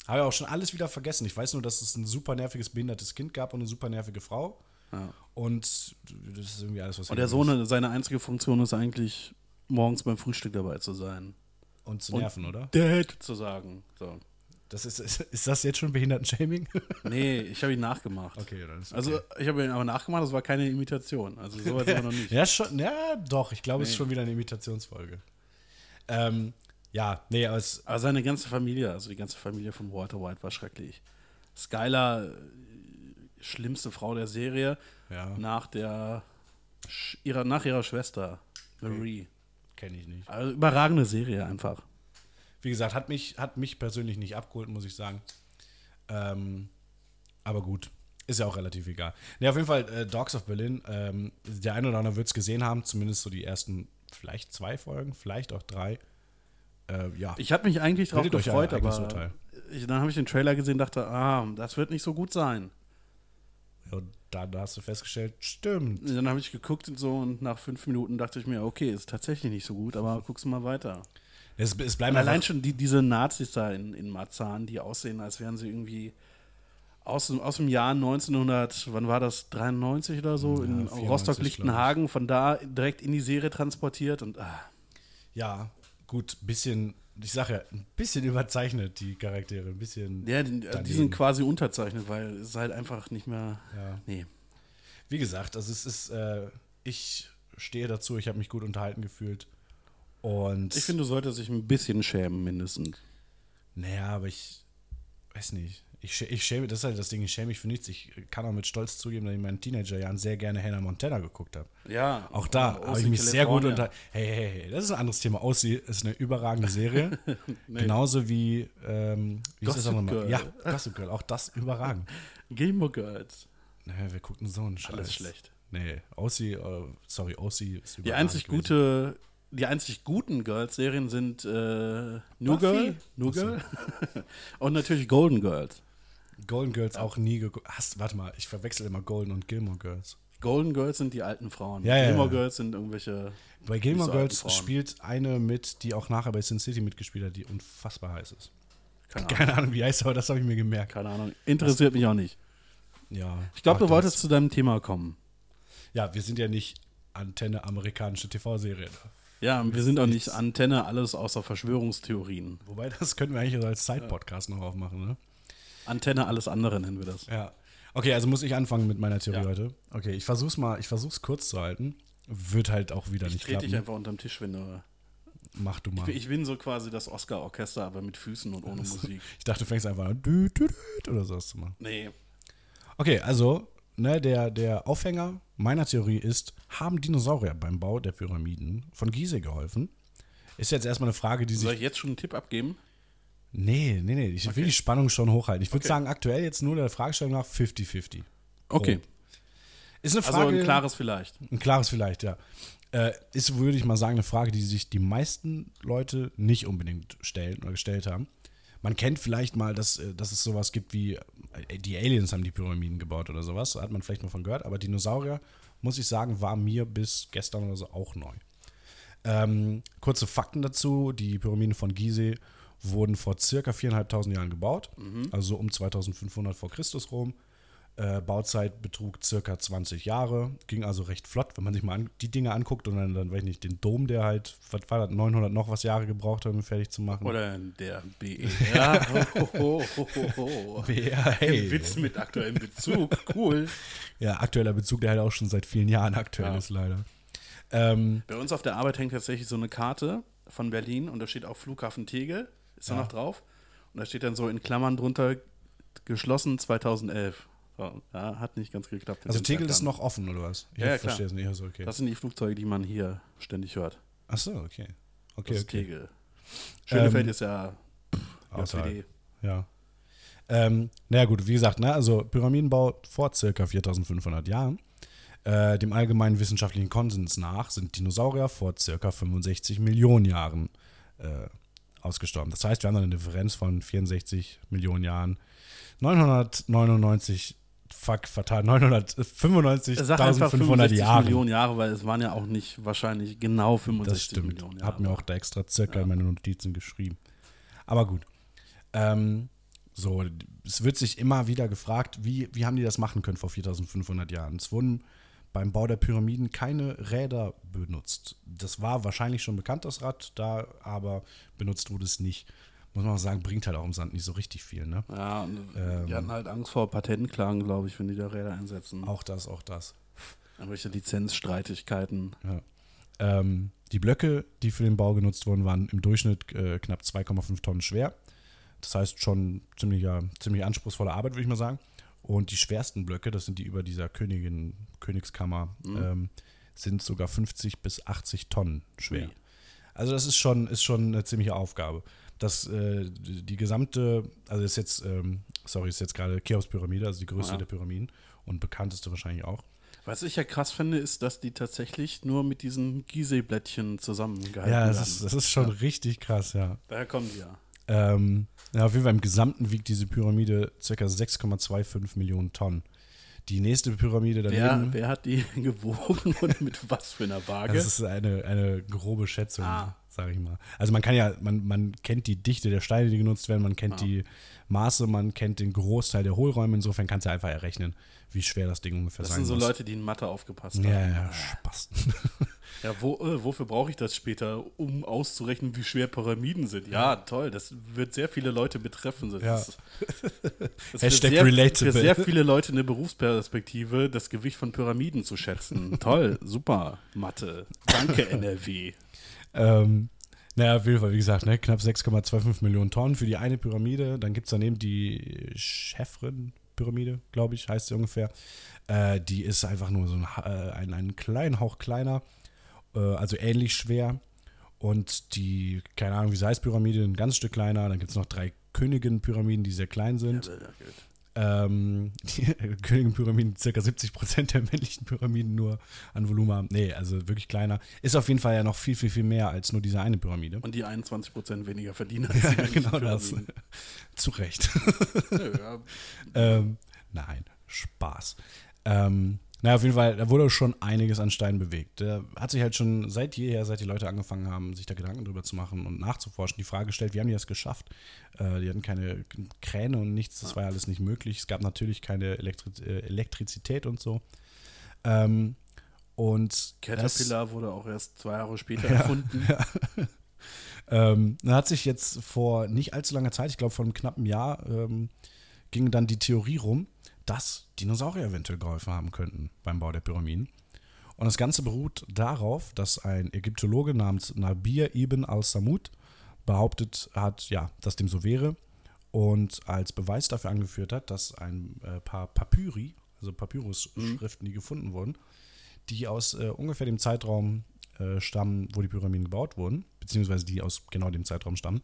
[SPEAKER 2] ich- habe ja auch schon alles wieder vergessen. Ich weiß nur, dass es ein super nerviges behindertes Kind gab und eine super nervige Frau. Und das ist irgendwie alles, was
[SPEAKER 1] Und der Sohn, seine einzige Funktion ist eigentlich, morgens beim Frühstück dabei zu sein.
[SPEAKER 2] Und zu nerven, oder?
[SPEAKER 1] Dad zu sagen. So.
[SPEAKER 2] Das ist, *laughs* ist, ist das jetzt schon *laughs* Behinderten-Shaming?
[SPEAKER 1] Nee, ich habe ihn nachgemacht.
[SPEAKER 2] Okay, dann ist
[SPEAKER 1] Also, ich habe ihn aber nachgemacht, das war keine Imitation. Also, so weit sind wir noch nicht.
[SPEAKER 2] *laughs* Ja, schon, ja, doch, ich glaube, es ist schon wieder eine Imitationsfolge. Ähm, ja, nee, aber es,
[SPEAKER 1] Aber seine ganze Familie, also die ganze Familie von Walter White war schrecklich. Skyler, äh, schlimmste Frau der Serie,
[SPEAKER 2] Ja.
[SPEAKER 1] nach der Sch- ihrer, nach ihrer Schwester, Marie.
[SPEAKER 2] kenne ich nicht.
[SPEAKER 1] Also überragende Serie einfach.
[SPEAKER 2] Wie gesagt, hat mich, hat mich persönlich nicht abgeholt, muss ich sagen. Ähm, aber gut, ist ja auch relativ egal. Nee, auf jeden Fall äh, Dogs of Berlin. Ähm, der eine oder andere wird es gesehen haben, zumindest so die ersten vielleicht zwei Folgen, vielleicht auch drei. Äh, ja,
[SPEAKER 1] Ich habe mich eigentlich darauf
[SPEAKER 2] Bildet euch
[SPEAKER 1] gefreut,
[SPEAKER 2] euer
[SPEAKER 1] aber
[SPEAKER 2] eigenes Urteil.
[SPEAKER 1] ich, dann habe ich den Trailer gesehen und dachte, ah, das wird nicht so gut sein.
[SPEAKER 2] und dann hast du festgestellt, stimmt.
[SPEAKER 1] Und dann habe ich geguckt und so und nach fünf Minuten dachte ich mir, okay, ist tatsächlich nicht so gut, aber guck's mal weiter.
[SPEAKER 2] Es, es bleiben
[SPEAKER 1] Und allein
[SPEAKER 2] allein
[SPEAKER 1] schon die, diese Nazis da in, in Marzahn, die aussehen, als wären sie irgendwie aus, dem- aus dem Jahr 1900, wann war das, 93 oder so, in
[SPEAKER 2] 94,
[SPEAKER 1] Rostock-Lichtenhagen, von da direkt in die Serie transportiert und ah,
[SPEAKER 2] Ja, gut, bisschen, ich sage ja, ein bisschen *laughs* überzeichnet, die Charaktere, ein bisschen.
[SPEAKER 1] ja, die, äh, die sind quasi unterzeichnet, weil es ist halt einfach nicht mehr,
[SPEAKER 2] Ja.
[SPEAKER 1] nee.
[SPEAKER 2] Wie gesagt, also es ist, äh, ich stehe dazu, ich habe mich gut unterhalten gefühlt. Und,
[SPEAKER 1] Ich finde, du solltest dich ein bisschen schämen, mindestens.
[SPEAKER 2] naja, aber ich weiß nicht. Ich, schä- ich schäme, das ist halt das Ding, ich schäme mich für nichts. Ich kann auch mit Stolz zugeben, dass ich in meinen Teenagerjahren sehr gerne Hannah Montana geguckt habe.
[SPEAKER 1] Ja.
[SPEAKER 2] Auch da
[SPEAKER 1] aus
[SPEAKER 2] habe ich mich sehr gut
[SPEAKER 1] California.
[SPEAKER 2] unter. Hey, hey, hey, das ist ein anderes Thema. Aussie ist eine überragende
[SPEAKER 1] *laughs*
[SPEAKER 2] Serie. Genauso wie. Ähm, wie hieß das
[SPEAKER 1] Gossip
[SPEAKER 2] auch nochmal?
[SPEAKER 1] Girl.
[SPEAKER 2] Ja, Gossip Girl. Auch das überragend.
[SPEAKER 1] Gilmore Girls.
[SPEAKER 2] Naja, wir gucken so einen Scheiß.
[SPEAKER 1] Alles schlecht.
[SPEAKER 2] Nee, Aussie, äh, sorry, Aussie ist
[SPEAKER 1] Die
[SPEAKER 2] überragend
[SPEAKER 1] einzig
[SPEAKER 2] gewesen.
[SPEAKER 1] gute, die einzig guten Girls-Serien sind äh, New
[SPEAKER 2] Buffy.
[SPEAKER 1] Girl, New Girl *laughs* und natürlich Golden Girls.
[SPEAKER 2] Golden Girls auch nie geguckt. Hast, warte mal, ich verwechsel immer Golden und Gilmore Girls.
[SPEAKER 1] Golden Girls sind die alten Frauen.
[SPEAKER 2] Ja, ja,
[SPEAKER 1] Gilmore
[SPEAKER 2] ja.
[SPEAKER 1] Girls sind irgendwelche.
[SPEAKER 2] Bei Gilmore
[SPEAKER 1] Diese alten
[SPEAKER 2] Girls
[SPEAKER 1] Frauen.
[SPEAKER 2] spielt eine mit, die auch nachher bei Sin City mitgespielt hat, die unfassbar heiß ist.
[SPEAKER 1] Keine Ahnung.
[SPEAKER 2] Keine Ahnung, wie heißt, aber das habe ich mir gemerkt.
[SPEAKER 1] Keine Ahnung. Interessiert mich auch nicht.
[SPEAKER 2] Ja.
[SPEAKER 1] Ich glaube,
[SPEAKER 2] Ach,
[SPEAKER 1] du
[SPEAKER 2] das-
[SPEAKER 1] wolltest zu deinem Thema kommen.
[SPEAKER 2] Ja, wir sind ja nicht Antenne amerikanische TV-Serien.
[SPEAKER 1] Ja, wir sind auch nicht Antenne, alles außer Verschwörungstheorien.
[SPEAKER 2] Wobei, das könnten wir eigentlich als Side-Podcast noch aufmachen, ne?
[SPEAKER 1] Antenne, alles andere nennen wir das.
[SPEAKER 2] Ja. Okay, also muss ich anfangen mit meiner Theorie
[SPEAKER 1] Ja.
[SPEAKER 2] heute. Okay, ich versuch's mal, ich versuch's kurz zu halten. Wird halt auch wieder
[SPEAKER 1] Ich
[SPEAKER 2] nicht
[SPEAKER 1] trete
[SPEAKER 2] klappen.
[SPEAKER 1] dich einfach unterm Tisch, wenn du.
[SPEAKER 2] Mach du mal. Ich,
[SPEAKER 1] Ich bin so quasi das Oscar-Orchester, aber mit Füßen und ohne Musik.
[SPEAKER 2] dachte, du fängst einfach an dü, dü, dü, oder sowas zu machen.
[SPEAKER 1] Nee.
[SPEAKER 2] Okay, also, ne, der, der Aufhänger meiner Theorie ist, haben Dinosaurier beim Bau der Pyramiden von Gizeh geholfen? Ist jetzt erstmal eine Frage, die
[SPEAKER 1] Soll
[SPEAKER 2] sich.
[SPEAKER 1] ich jetzt schon einen Tipp abgeben?
[SPEAKER 2] Nee, nee, nee, ich will die Spannung schon hochhalten. Ich würde sagen, aktuell jetzt nur der Fragestellung nach 50-50. Oh.
[SPEAKER 1] Okay.
[SPEAKER 2] Ist eine
[SPEAKER 1] Also
[SPEAKER 2] Frage.
[SPEAKER 1] ein klares vielleicht.
[SPEAKER 2] Ein klares vielleicht, ja. Äh, ist, würde ich mal sagen, eine Frage, die sich die meisten Leute nicht unbedingt stellen oder gestellt haben. Man kennt vielleicht mal, dass, äh, dass es sowas gibt wie, äh, die Aliens haben die Pyramiden gebaut oder sowas. Da hat man vielleicht mal von gehört. Aber Dinosaurier, muss ich sagen, war mir bis gestern oder so auch neu. Ähm, kurze Fakten dazu: Die Pyramiden von Gizeh wurden vor circa 4.500 Jahren gebaut,
[SPEAKER 1] Mhm.
[SPEAKER 2] also um 2500 vor Christus rum. Äh, Bauzeit betrug circa 20 Jahre, ging also recht flott, wenn man sich mal an, die Dinge anguckt und dann, dann, weiß ich nicht, den Dom, der halt, was war das, 900 noch was Jahre gebraucht hat, um ihn fertig zu machen. *laughs*
[SPEAKER 1] Oder der
[SPEAKER 2] E
[SPEAKER 1] *laughs* BER. Ho, ho, ho, ho, ho. *laughs*
[SPEAKER 2] BER, hey.
[SPEAKER 1] Witz mit aktuellem Bezug. Cool.
[SPEAKER 2] Ja, aktueller Bezug, der halt auch schon seit vielen Jahren aktuell ist, leider. Ähm,
[SPEAKER 1] Bei uns auf der Arbeit hängt tatsächlich so eine Karte von Berlin und da steht auch Flughafen Tegel, ist da noch drauf. Und da steht dann so in Klammern drunter geschlossen 2011. So, ja, hat nicht ganz geklappt. mit
[SPEAKER 2] also
[SPEAKER 1] dem
[SPEAKER 2] Tegel ist
[SPEAKER 1] Zeitplan.
[SPEAKER 2] noch offen, oder was? Ich
[SPEAKER 1] Ja, ja, klar.
[SPEAKER 2] verstehe es nicht. Also, okay.
[SPEAKER 1] Das sind die Flugzeuge, die man hier ständig hört.
[SPEAKER 2] Ach so, okay.
[SPEAKER 1] Das
[SPEAKER 2] Okay,
[SPEAKER 1] ist
[SPEAKER 2] okay.
[SPEAKER 1] Tegel. Schönefeld ist ja
[SPEAKER 2] Außerhalb.
[SPEAKER 1] JWD.
[SPEAKER 2] Ja. Ähm, naja, gut, wie gesagt, ne, also Pyramidenbau vor circa 4500 Jahren. Äh, dem allgemeinen wissenschaftlichen Konsens nach sind Dinosaurier vor circa 65 Millionen Jahren äh, ausgestorben. Das heißt, wir haben dann eine Differenz von 64 Millionen Jahren. 999, fuck, fatal,
[SPEAKER 1] Sag einfach
[SPEAKER 2] 995.500
[SPEAKER 1] 65
[SPEAKER 2] Jahre.
[SPEAKER 1] Millionen Jahre, weil es waren ja auch nicht wahrscheinlich genau 65
[SPEAKER 2] Das stimmt.
[SPEAKER 1] Millionen Jahre.
[SPEAKER 2] Hab mir auch da extra circa in meine Notizen geschrieben. Aber gut. Ähm, so, es wird sich immer wieder gefragt, wie, wie haben die das machen können vor 4500 Jahren? Es wurden beim Bau der Pyramiden keine Räder benutzt. Das war wahrscheinlich schon bekannt, das Rad, da aber benutzt wurde es nicht. Muss man auch sagen, bringt halt auch im Sand nicht so richtig viel, ne?
[SPEAKER 1] Ja, und
[SPEAKER 2] Ähm.
[SPEAKER 1] die hatten halt Angst vor Patentklagen, glaube ich, wenn die da Räder einsetzen.
[SPEAKER 2] Auch das, auch das.
[SPEAKER 1] Irgendwelche Lizenzstreitigkeiten.
[SPEAKER 2] Ja. Ähm, die Blöcke, die für den Bau genutzt wurden, waren im Durchschnitt äh, knapp 2,5 Tonnen schwer. Das heißt schon ziemlich, ja, ziemlich anspruchsvolle Arbeit, würde ich mal sagen. Und die schwersten Blöcke, das sind die über dieser Königin, Königskammer,
[SPEAKER 1] Mhm.
[SPEAKER 2] ähm, sind sogar 50 bis 80 Tonnen schwer.
[SPEAKER 1] Ui.
[SPEAKER 2] Also das ist schon, ist schon eine ziemliche Aufgabe. Das, äh, die die gesamte, also ist jetzt, ähm, sorry, ist jetzt gerade Cheops-Pyramide, also die größte
[SPEAKER 1] Ja.
[SPEAKER 2] der Pyramiden und bekannteste wahrscheinlich auch.
[SPEAKER 1] Was ich ja krass finde, ist, dass die tatsächlich nur mit diesen Gizeh-Blättchen zusammengehalten
[SPEAKER 2] Ja, das
[SPEAKER 1] werden.
[SPEAKER 2] ist, das ist schon richtig krass, ja.
[SPEAKER 1] Daher kommen die ja.
[SPEAKER 2] Ähm, ja, auf jeden Fall im gesamten wiegt diese Pyramide ca. 6,25 Millionen Tonnen. Die nächste Pyramide
[SPEAKER 1] Wer,
[SPEAKER 2] daneben,
[SPEAKER 1] wer hat die *laughs* gewogen und mit was für einer Waage?
[SPEAKER 2] *laughs* das ist eine, eine grobe Schätzung,
[SPEAKER 1] Ah.
[SPEAKER 2] sage ich mal. Also man kann ja, man, man kennt die Dichte der Steine, die genutzt werden, man kennt
[SPEAKER 1] Ah.
[SPEAKER 2] die Maße, man kennt den Großteil der Hohlräume. Insofern kannst du einfach errechnen, wie schwer das Ding ungefähr
[SPEAKER 1] Das
[SPEAKER 2] sein
[SPEAKER 1] sind so
[SPEAKER 2] muss.
[SPEAKER 1] Leute, die in Mathe aufgepasst haben.
[SPEAKER 2] ja, ja, Spaß.
[SPEAKER 1] *laughs* Ja, wo, äh, wofür brauche ich das später, um auszurechnen, wie schwer Pyramiden sind? Ja, toll, das wird sehr viele Leute betreffen. Das
[SPEAKER 2] Ja.
[SPEAKER 1] ist, *laughs* das
[SPEAKER 2] Hashtag
[SPEAKER 1] für sehr,
[SPEAKER 2] relatable.
[SPEAKER 1] Für sehr viele Leute eine Berufsperspektive, das Gewicht von Pyramiden zu *laughs* schätzen. toll, super, Mathe. Danke, *laughs* NRW.
[SPEAKER 2] Ähm, naja, auf jeden Fall, wie gesagt, ne, knapp 6,25 Millionen Tonnen für die eine Pyramide. Dann gibt es daneben die Chefrin-Pyramide, glaube ich, heißt sie ungefähr. Äh, die ist einfach nur so ein, Ha- äh, ein, ein kleinen Hauch kleiner, äh, also ähnlich schwer. Und die, keine Ahnung, wie sie heißt, Pyramide, ein ganz Stück kleiner. Dann gibt es noch drei Königin-Pyramiden, die sehr klein sind. Ähm, *laughs* die Königin-Pyramiden, circa 70 Prozent der männlichen Pyramiden nur an Volumen haben. Nee, also wirklich kleiner. Ist auf jeden Fall ja noch viel, viel, viel mehr als nur diese eine Pyramide.
[SPEAKER 1] Und die 21% weniger verdienen als die männlichen
[SPEAKER 2] *laughs* genau das.
[SPEAKER 1] Pyramiden.
[SPEAKER 2] Zu Recht.
[SPEAKER 1] Nö, ja,
[SPEAKER 2] *laughs* ähm, nein, Spaß. Ähm, naja, auf jeden Fall, da wurde schon einiges an Steinen bewegt. Da hat sich halt schon seit jeher, seit die Leute angefangen haben, sich da Gedanken drüber zu machen und nachzuforschen, die Frage gestellt, wie haben die das geschafft? Äh, die hatten keine Kräne und nichts, das war ja alles nicht möglich. Es gab natürlich keine Elektri äh, Elektrizität und so. Ähm, und das-
[SPEAKER 1] Caterpillar wurde auch erst zwei Jahre später erfunden. *laughs*
[SPEAKER 2] Ähm, dann hat sich jetzt vor nicht allzu langer Zeit, ich glaube vor einem knappen Jahr, ähm, ging dann die Theorie rum, dass Dinosaurier eventuell geholfen haben könnten beim Bau der Pyramiden. Und das Ganze beruht darauf, dass ein Ägyptologe namens Nabir ibn al-Samud behauptet hat, ja, dass dem so wäre und als Beweis dafür angeführt hat, dass ein äh, paar Papyri, also Papyrus-Schriften, die gefunden wurden, die aus äh, ungefähr dem Zeitraum äh, stammen, wo die Pyramiden gebaut wurden, beziehungsweise die aus genau dem Zeitraum stammen,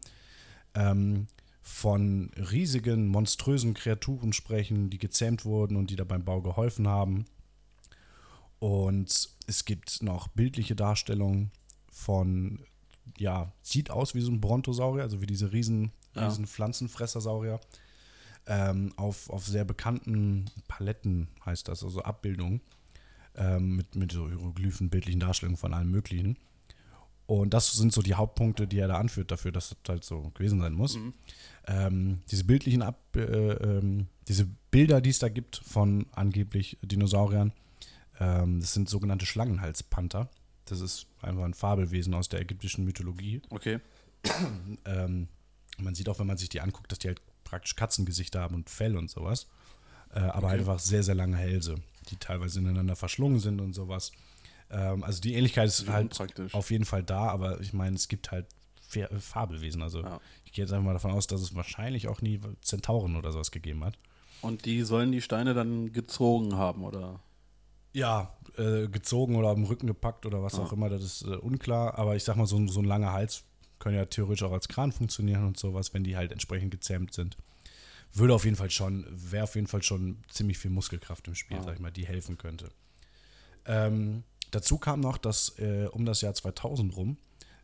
[SPEAKER 2] ähm, von riesigen, monströsen Kreaturen sprechen, die gezähmt wurden und die da beim Bau geholfen haben. Und es gibt noch bildliche Darstellungen von, ja, sieht aus wie so ein Brontosaurier, also wie diese riesen,
[SPEAKER 1] Ja.
[SPEAKER 2] riesen Pflanzenfressersaurier. Ähm, auf, auf sehr bekannten Paletten heißt das, also Abbildungen ähm, mit, mit so Hieroglyphen, bildlichen Darstellungen von allem Möglichen. Und das sind so die Hauptpunkte, die er da anführt dafür, dass das halt so gewesen sein muss. Ähm, diese bildlichen Ab äh, ähm, diese Bilder, die es da gibt von angeblich Dinosauriern, ähm, das sind sogenannte Schlangenhalspanther. Das ist einfach ein Fabelwesen aus der ägyptischen Mythologie.
[SPEAKER 1] Okay.
[SPEAKER 2] Ähm, man sieht auch, wenn man sich die anguckt, dass die halt praktisch Katzengesichter haben und Fell und sowas. Äh, aber einfach sehr, sehr lange Hälse, die teilweise ineinander verschlungen sind und sowas. Ähm, also die Ähnlichkeit ist halt
[SPEAKER 1] unpraktisch.
[SPEAKER 2] auf jeden Fall da, aber ich meine, es gibt halt Fa- äh, Fabelwesen. Also
[SPEAKER 1] Ja.
[SPEAKER 2] ich gehe jetzt einfach mal davon aus, dass es wahrscheinlich auch nie Zentauren oder sowas gegeben hat.
[SPEAKER 1] Und die sollen die Steine dann gezogen haben, oder?
[SPEAKER 2] Ja, äh, gezogen oder am Rücken gepackt oder was auch immer, das ist äh, unklar. Aber ich sag mal, so, ein- so ein langer Hals kann ja theoretisch auch als Kran funktionieren und sowas, wenn die halt entsprechend gezähmt sind. Würde auf jeden Fall schon, wäre auf jeden Fall schon ziemlich viel Muskelkraft im Spiel, sag ich mal, die helfen könnte. Ähm, dazu kam noch, dass äh, um das Jahr 2000 rum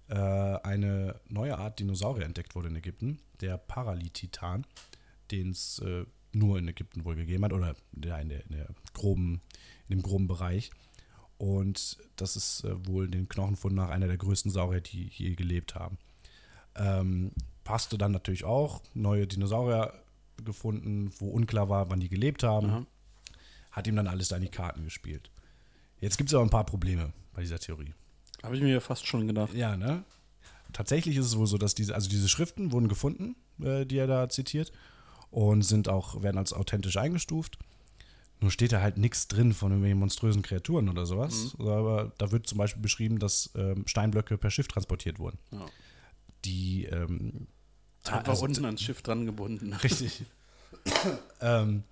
[SPEAKER 2] äh, eine neue Art Dinosaurier entdeckt wurde in Ägypten, der Paralititan, den es äh, nur in Ägypten wohl gegeben hat oder ja, in, der, in, der groben, in dem groben Bereich. Und das ist äh, wohl den Knochenfund nach einer der größten Saurier, die je gelebt haben. Ähm, passte dann natürlich auch, neue Dinosaurier gefunden, wo unklar war, wann die gelebt haben. Hat ihm dann alles da in die Karten gespielt. Jetzt gibt es aber ein paar Probleme bei dieser Theorie.
[SPEAKER 1] Habe ich mir ja fast schon gedacht.
[SPEAKER 2] Ja, ne? Tatsächlich ist es wohl so, dass diese, also diese Schriften wurden gefunden, äh, die er da zitiert, und sind auch, werden als authentisch eingestuft. Nur steht da halt nichts drin von irgendwelchen monströsen Kreaturen oder sowas.
[SPEAKER 1] Mhm.
[SPEAKER 2] Aber da wird zum Beispiel beschrieben, dass ähm, Steinblöcke per Schiff transportiert wurden.
[SPEAKER 1] Ja.
[SPEAKER 2] Die ähm,
[SPEAKER 1] Einfach
[SPEAKER 2] also-
[SPEAKER 1] unten ans Schiff dran gebunden. *laughs*
[SPEAKER 2] Richtig. ähm,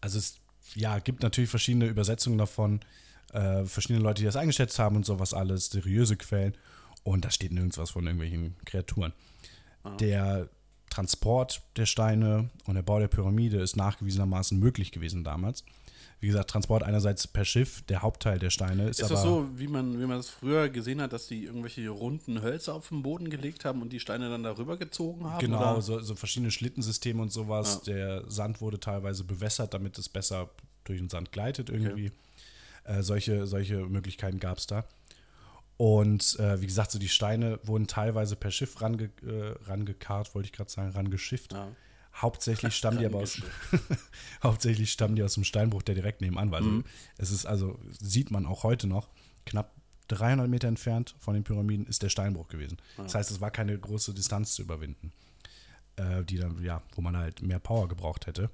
[SPEAKER 2] also es ja, gibt natürlich verschiedene Übersetzungen davon, äh, verschiedene Leute, die das eingeschätzt haben und sowas alles, seriöse Quellen. Und da steht nirgends was von irgendwelchen Kreaturen.
[SPEAKER 1] Ah,
[SPEAKER 2] Der Transport der Steine und der Bau der Pyramide ist nachgewiesenermaßen möglich gewesen damals. Wie gesagt, Transport einerseits per Schiff, der Hauptteil der Steine ist,
[SPEAKER 1] Ist
[SPEAKER 2] aber
[SPEAKER 1] das so, wie man, wie man das früher gesehen hat, dass die irgendwelche runden Hölzer auf den Boden gelegt haben und die Steine dann darüber gezogen haben?
[SPEAKER 2] Genau,
[SPEAKER 1] oder?
[SPEAKER 2] so, so verschiedene Schlittensysteme und sowas. Der Sand wurde teilweise bewässert, damit es besser durch den Sand gleitet irgendwie. Äh, solche, solche Möglichkeiten gab es da. Und äh, wie gesagt, so die Steine wurden teilweise per Schiff range, äh, rangekarrt, wollte ich gerade sagen, rangeschifft.
[SPEAKER 1] Ja.
[SPEAKER 2] Hauptsächlich stammen die aber aus, *laughs* hauptsächlich stammen die aus dem Steinbruch, der direkt nebenan war. Also
[SPEAKER 1] Mhm.
[SPEAKER 2] Es ist also, sieht man auch heute noch, knapp 300 Meter entfernt von den Pyramiden ist der Steinbruch gewesen. Das heißt, es war keine große Distanz zu überwinden, äh, die dann, ja, wo man halt mehr Power gebraucht hätte.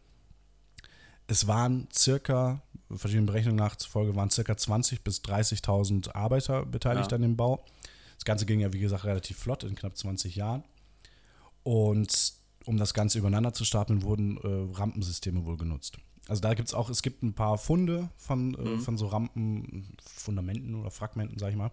[SPEAKER 2] Es waren circa, verschiedenen Berechnungen nachzufolge, waren circa 20.000 bis 30.000 Arbeiter beteiligt
[SPEAKER 1] Ja.
[SPEAKER 2] an dem Bau. Das Ganze ging ja, wie gesagt, relativ flott in knapp 20 Jahren. Und um das Ganze übereinander zu stapeln, wurden äh, Rampensysteme wohl genutzt. Also da gibt es auch, es gibt ein paar Funde von, äh, von so Rampenfundamenten oder Fragmenten, sag ich mal.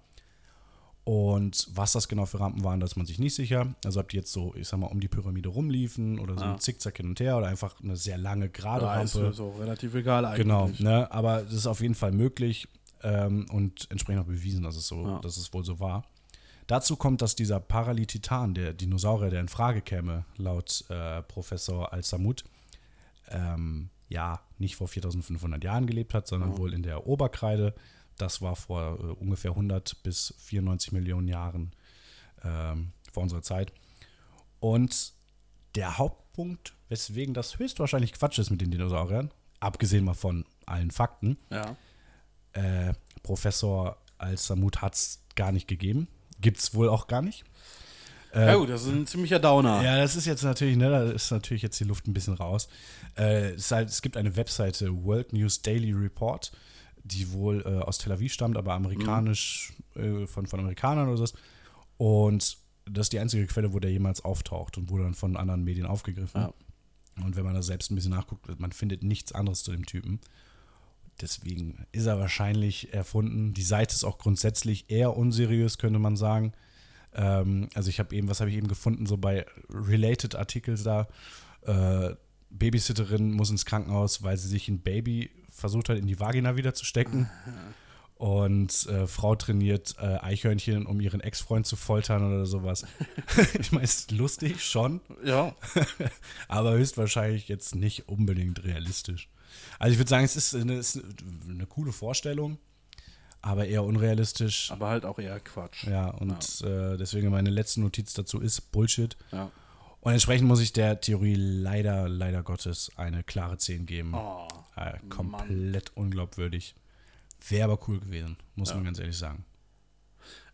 [SPEAKER 2] Und was das genau für Rampen waren, da ist man sich nicht sicher. Also ob die jetzt so, ich sag mal, um die Pyramide rumliefen oder so ein Zickzack hin und her oder einfach eine sehr lange gerade
[SPEAKER 1] Ja, ist
[SPEAKER 2] Rampe.
[SPEAKER 1] so- so relativ egal eigentlich.
[SPEAKER 2] Genau, ne? aber das ist auf jeden Fall möglich ähm, und entsprechend auch bewiesen, dass es, so,
[SPEAKER 1] Ja.
[SPEAKER 2] dass es wohl so war. Dazu kommt, dass dieser Paralititan, der Dinosaurier, der in Frage käme, laut äh, Professor Al-Samud, ähm, ja, nicht vor 4500 Jahren gelebt hat, sondern wohl in der Oberkreide. Das war vor äh, ungefähr 100 bis 94 Millionen Jahren ähm, vor unserer Zeit. Und der Hauptpunkt, weswegen das höchstwahrscheinlich Quatsch ist mit den Dinosauriern, abgesehen mal von allen Fakten,
[SPEAKER 1] Ja.
[SPEAKER 2] äh, Professor Al-Samud hat es gar nicht gegeben. Gibt es wohl auch gar nicht.
[SPEAKER 1] ja, gut, das ist ein ziemlicher Downer.
[SPEAKER 2] Äh, Ja, das ist jetzt natürlich, ne, da ist natürlich jetzt die Luft ein bisschen raus. Äh, es, ist halt, es gibt eine Webseite, World News Daily Report, die wohl äh, aus Tel Aviv stammt, aber amerikanisch äh, von, von Amerikanern oder so. Und das ist die einzige Quelle, wo der jemals auftaucht und wurde dann von anderen Medien aufgegriffen.
[SPEAKER 1] Ja.
[SPEAKER 2] Und wenn man da selbst ein bisschen nachguckt, man findet nichts anderes zu dem Typen. Deswegen ist er wahrscheinlich erfunden. Die Seite ist auch grundsätzlich eher unseriös, könnte man sagen. Ähm, also ich habe eben, was habe ich eben gefunden, so bei related Artikel da. Äh, Babysitterin muss ins Krankenhaus, weil sie sich ein Baby versucht hat, in die Vagina wieder zu stecken. Und äh, Frau trainiert äh, Eichhörnchen, um ihren Ex-Freund zu foltern oder sowas. *laughs* ich meine, ist lustig schon, *laughs*
[SPEAKER 1] Ja.
[SPEAKER 2] aber höchstwahrscheinlich jetzt nicht unbedingt realistisch. Also ich würde sagen, es ist eine, es ist eine, eine coole Vorstellung, aber eher unrealistisch.
[SPEAKER 1] Aber halt auch eher Quatsch.
[SPEAKER 2] Ja, und Äh, deswegen meine letzte Notiz dazu ist Bullshit.
[SPEAKER 1] Ja.
[SPEAKER 2] Und entsprechend muss ich der Theorie leider, leider Gottes eine klare 10 geben.
[SPEAKER 1] Oh,
[SPEAKER 2] äh, komplett unglaubwürdig. Wäre aber cool gewesen, muss man ganz ehrlich sagen.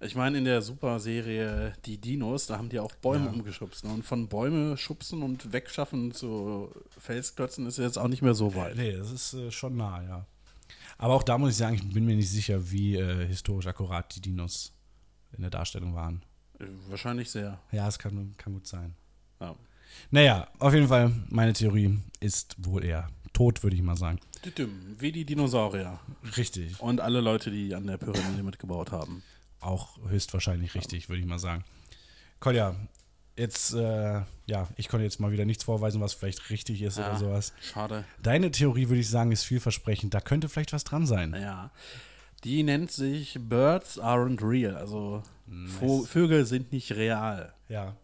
[SPEAKER 1] Ich meine, in der Super-Serie Die Dinos, da haben die auch Bäume umgeschubst. Ne? Und von Bäume schubsen und wegschaffen zu Felsklötzen ist jetzt auch nicht mehr so weit.
[SPEAKER 2] Nee, das ist äh, schon nah, ja. Aber auch da muss ich sagen, ich bin mir nicht sicher, wie äh, historisch akkurat die Dinos in der Darstellung waren.
[SPEAKER 1] Äh, Wahrscheinlich sehr.
[SPEAKER 2] Ja, es kann, kann gut sein.
[SPEAKER 1] Ja.
[SPEAKER 2] Naja, auf jeden Fall, meine Theorie ist wohl eher tot, würde ich mal sagen.
[SPEAKER 1] Düdüm, Wie die Dinosaurier.
[SPEAKER 2] Richtig.
[SPEAKER 1] Und alle Leute, die an der Pyramide mitgebaut haben.
[SPEAKER 2] Auch höchstwahrscheinlich richtig, würde ich mal sagen. Kolja, jetzt, äh, ja, ich konnte jetzt mal wieder nichts vorweisen, was vielleicht richtig ist oder
[SPEAKER 1] Ja,
[SPEAKER 2] sowas.
[SPEAKER 1] Schade.
[SPEAKER 2] Deine Theorie, würde ich sagen, ist vielversprechend. Da könnte vielleicht was dran sein.
[SPEAKER 1] Ja. Die nennt sich Birds aren't real. Also Vo- Vögel sind nicht real.
[SPEAKER 2] Ja.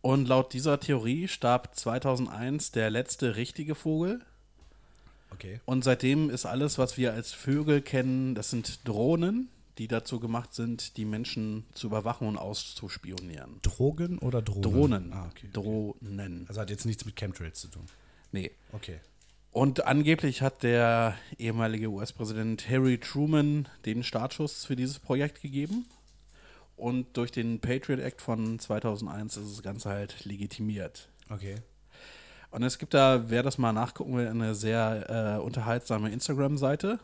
[SPEAKER 1] Und laut dieser Theorie starb 2001 der letzte richtige Vogel.
[SPEAKER 2] Okay.
[SPEAKER 1] Und seitdem ist alles, was wir als Vögel kennen, das sind Drohnen, die dazu gemacht sind, die Menschen zu überwachen und auszuspionieren.
[SPEAKER 2] Drogen oder Drohnen?
[SPEAKER 1] Drohnen.
[SPEAKER 2] Ah, okay.
[SPEAKER 1] Drohnen.
[SPEAKER 2] Also hat jetzt nichts mit Chemtrails zu tun.
[SPEAKER 1] Nee.
[SPEAKER 2] Okay.
[SPEAKER 1] Und angeblich hat der ehemalige US-Präsident Harry Truman den Startschuss für dieses Projekt gegeben. Und durch den Patriot Act von 2001 ist das Ganze halt legitimiert.
[SPEAKER 2] Okay.
[SPEAKER 1] Und es gibt da, wer das mal nachgucken will, eine sehr äh, unterhaltsame Instagram-Seite,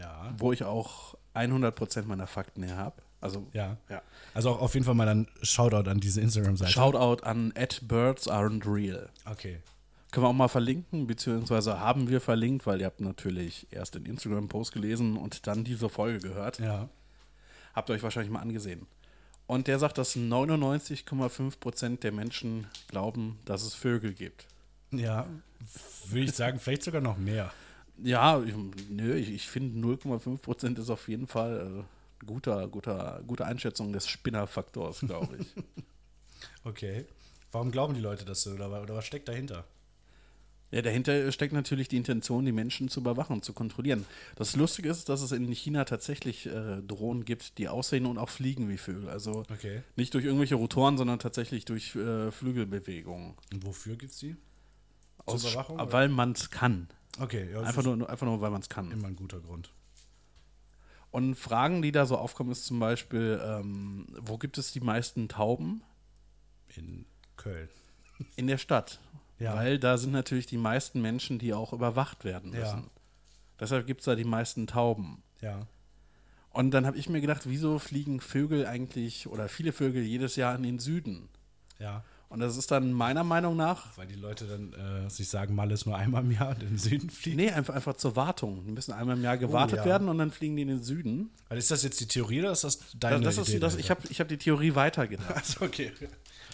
[SPEAKER 2] Ja.
[SPEAKER 1] wo ich auch 100% meiner Fakten her habe. Also,
[SPEAKER 2] Ja.
[SPEAKER 1] ja.
[SPEAKER 2] Also auch auf jeden Fall mal dann Shoutout an diese Instagram-Seite.
[SPEAKER 1] Shoutout an at birds aren't real.
[SPEAKER 2] okay.
[SPEAKER 1] Können wir auch mal verlinken, beziehungsweise haben wir verlinkt, weil ihr habt natürlich erst den Instagram-Post gelesen und dann diese Folge gehört.
[SPEAKER 2] Ja.
[SPEAKER 1] Habt ihr euch wahrscheinlich mal angesehen. Und der sagt, dass 99,5% der Menschen glauben, dass es Vögel gibt.
[SPEAKER 2] Ja. Würde ich sagen, vielleicht sogar noch mehr.
[SPEAKER 1] Ja, ich, nö, ich, ich finde 0,5% ist auf jeden Fall äh, guter, guter, gute Einschätzung des Spinnerfaktors, glaube ich.
[SPEAKER 2] Okay. Warum glauben die Leute das denn? Oder, wa- oder was steckt dahinter?
[SPEAKER 1] Ja, dahinter äh, steckt natürlich die Intention, die Menschen zu überwachen, zu kontrollieren. Das Lustige ist, dass es in China tatsächlich äh, Drohnen gibt, die aussehen und auch fliegen wie Vögel. Also
[SPEAKER 2] Okay.
[SPEAKER 1] nicht durch irgendwelche Rotoren, sondern tatsächlich durch äh, Flügelbewegungen.
[SPEAKER 2] Und wofür gibt's die?
[SPEAKER 1] Aus Sp-
[SPEAKER 2] Überwachung, oder?
[SPEAKER 1] weil man es kann.
[SPEAKER 2] Okay. Ja, das
[SPEAKER 1] Einfach
[SPEAKER 2] ist
[SPEAKER 1] nur, nur- einfach nur, weil man es kann.
[SPEAKER 2] immer ein guter Grund.
[SPEAKER 1] Und Fragen, die da so aufkommen, ist zum Beispiel, ähm, wo gibt es die meisten Tauben?
[SPEAKER 2] In Köln.
[SPEAKER 1] In der Stadt.
[SPEAKER 2] Ja.
[SPEAKER 1] Weil da sind natürlich die meisten Menschen, die auch überwacht werden müssen.
[SPEAKER 2] Ja.
[SPEAKER 1] Deshalb gibt es da die meisten Tauben.
[SPEAKER 2] Ja.
[SPEAKER 1] Und dann habe ich mir gedacht, wieso fliegen Vögel eigentlich oder viele Vögel jedes Jahr in den Süden?
[SPEAKER 2] Ja.
[SPEAKER 1] Und das ist dann meiner Meinung nach,
[SPEAKER 2] Weil die Leute dann äh, sich sagen, mal ist nur einmal im Jahr in den Süden fliegen.
[SPEAKER 1] nee, einfach, einfach zur Wartung. Die müssen einmal im Jahr gewartet
[SPEAKER 2] Oh ja.
[SPEAKER 1] werden und dann fliegen die in den Süden.
[SPEAKER 2] Also ist das jetzt die Theorie oder ist das deine
[SPEAKER 1] Das, das
[SPEAKER 2] Idee?
[SPEAKER 1] ist, das, ich habe ich hab die Theorie weitergedacht.
[SPEAKER 2] Achso, okay.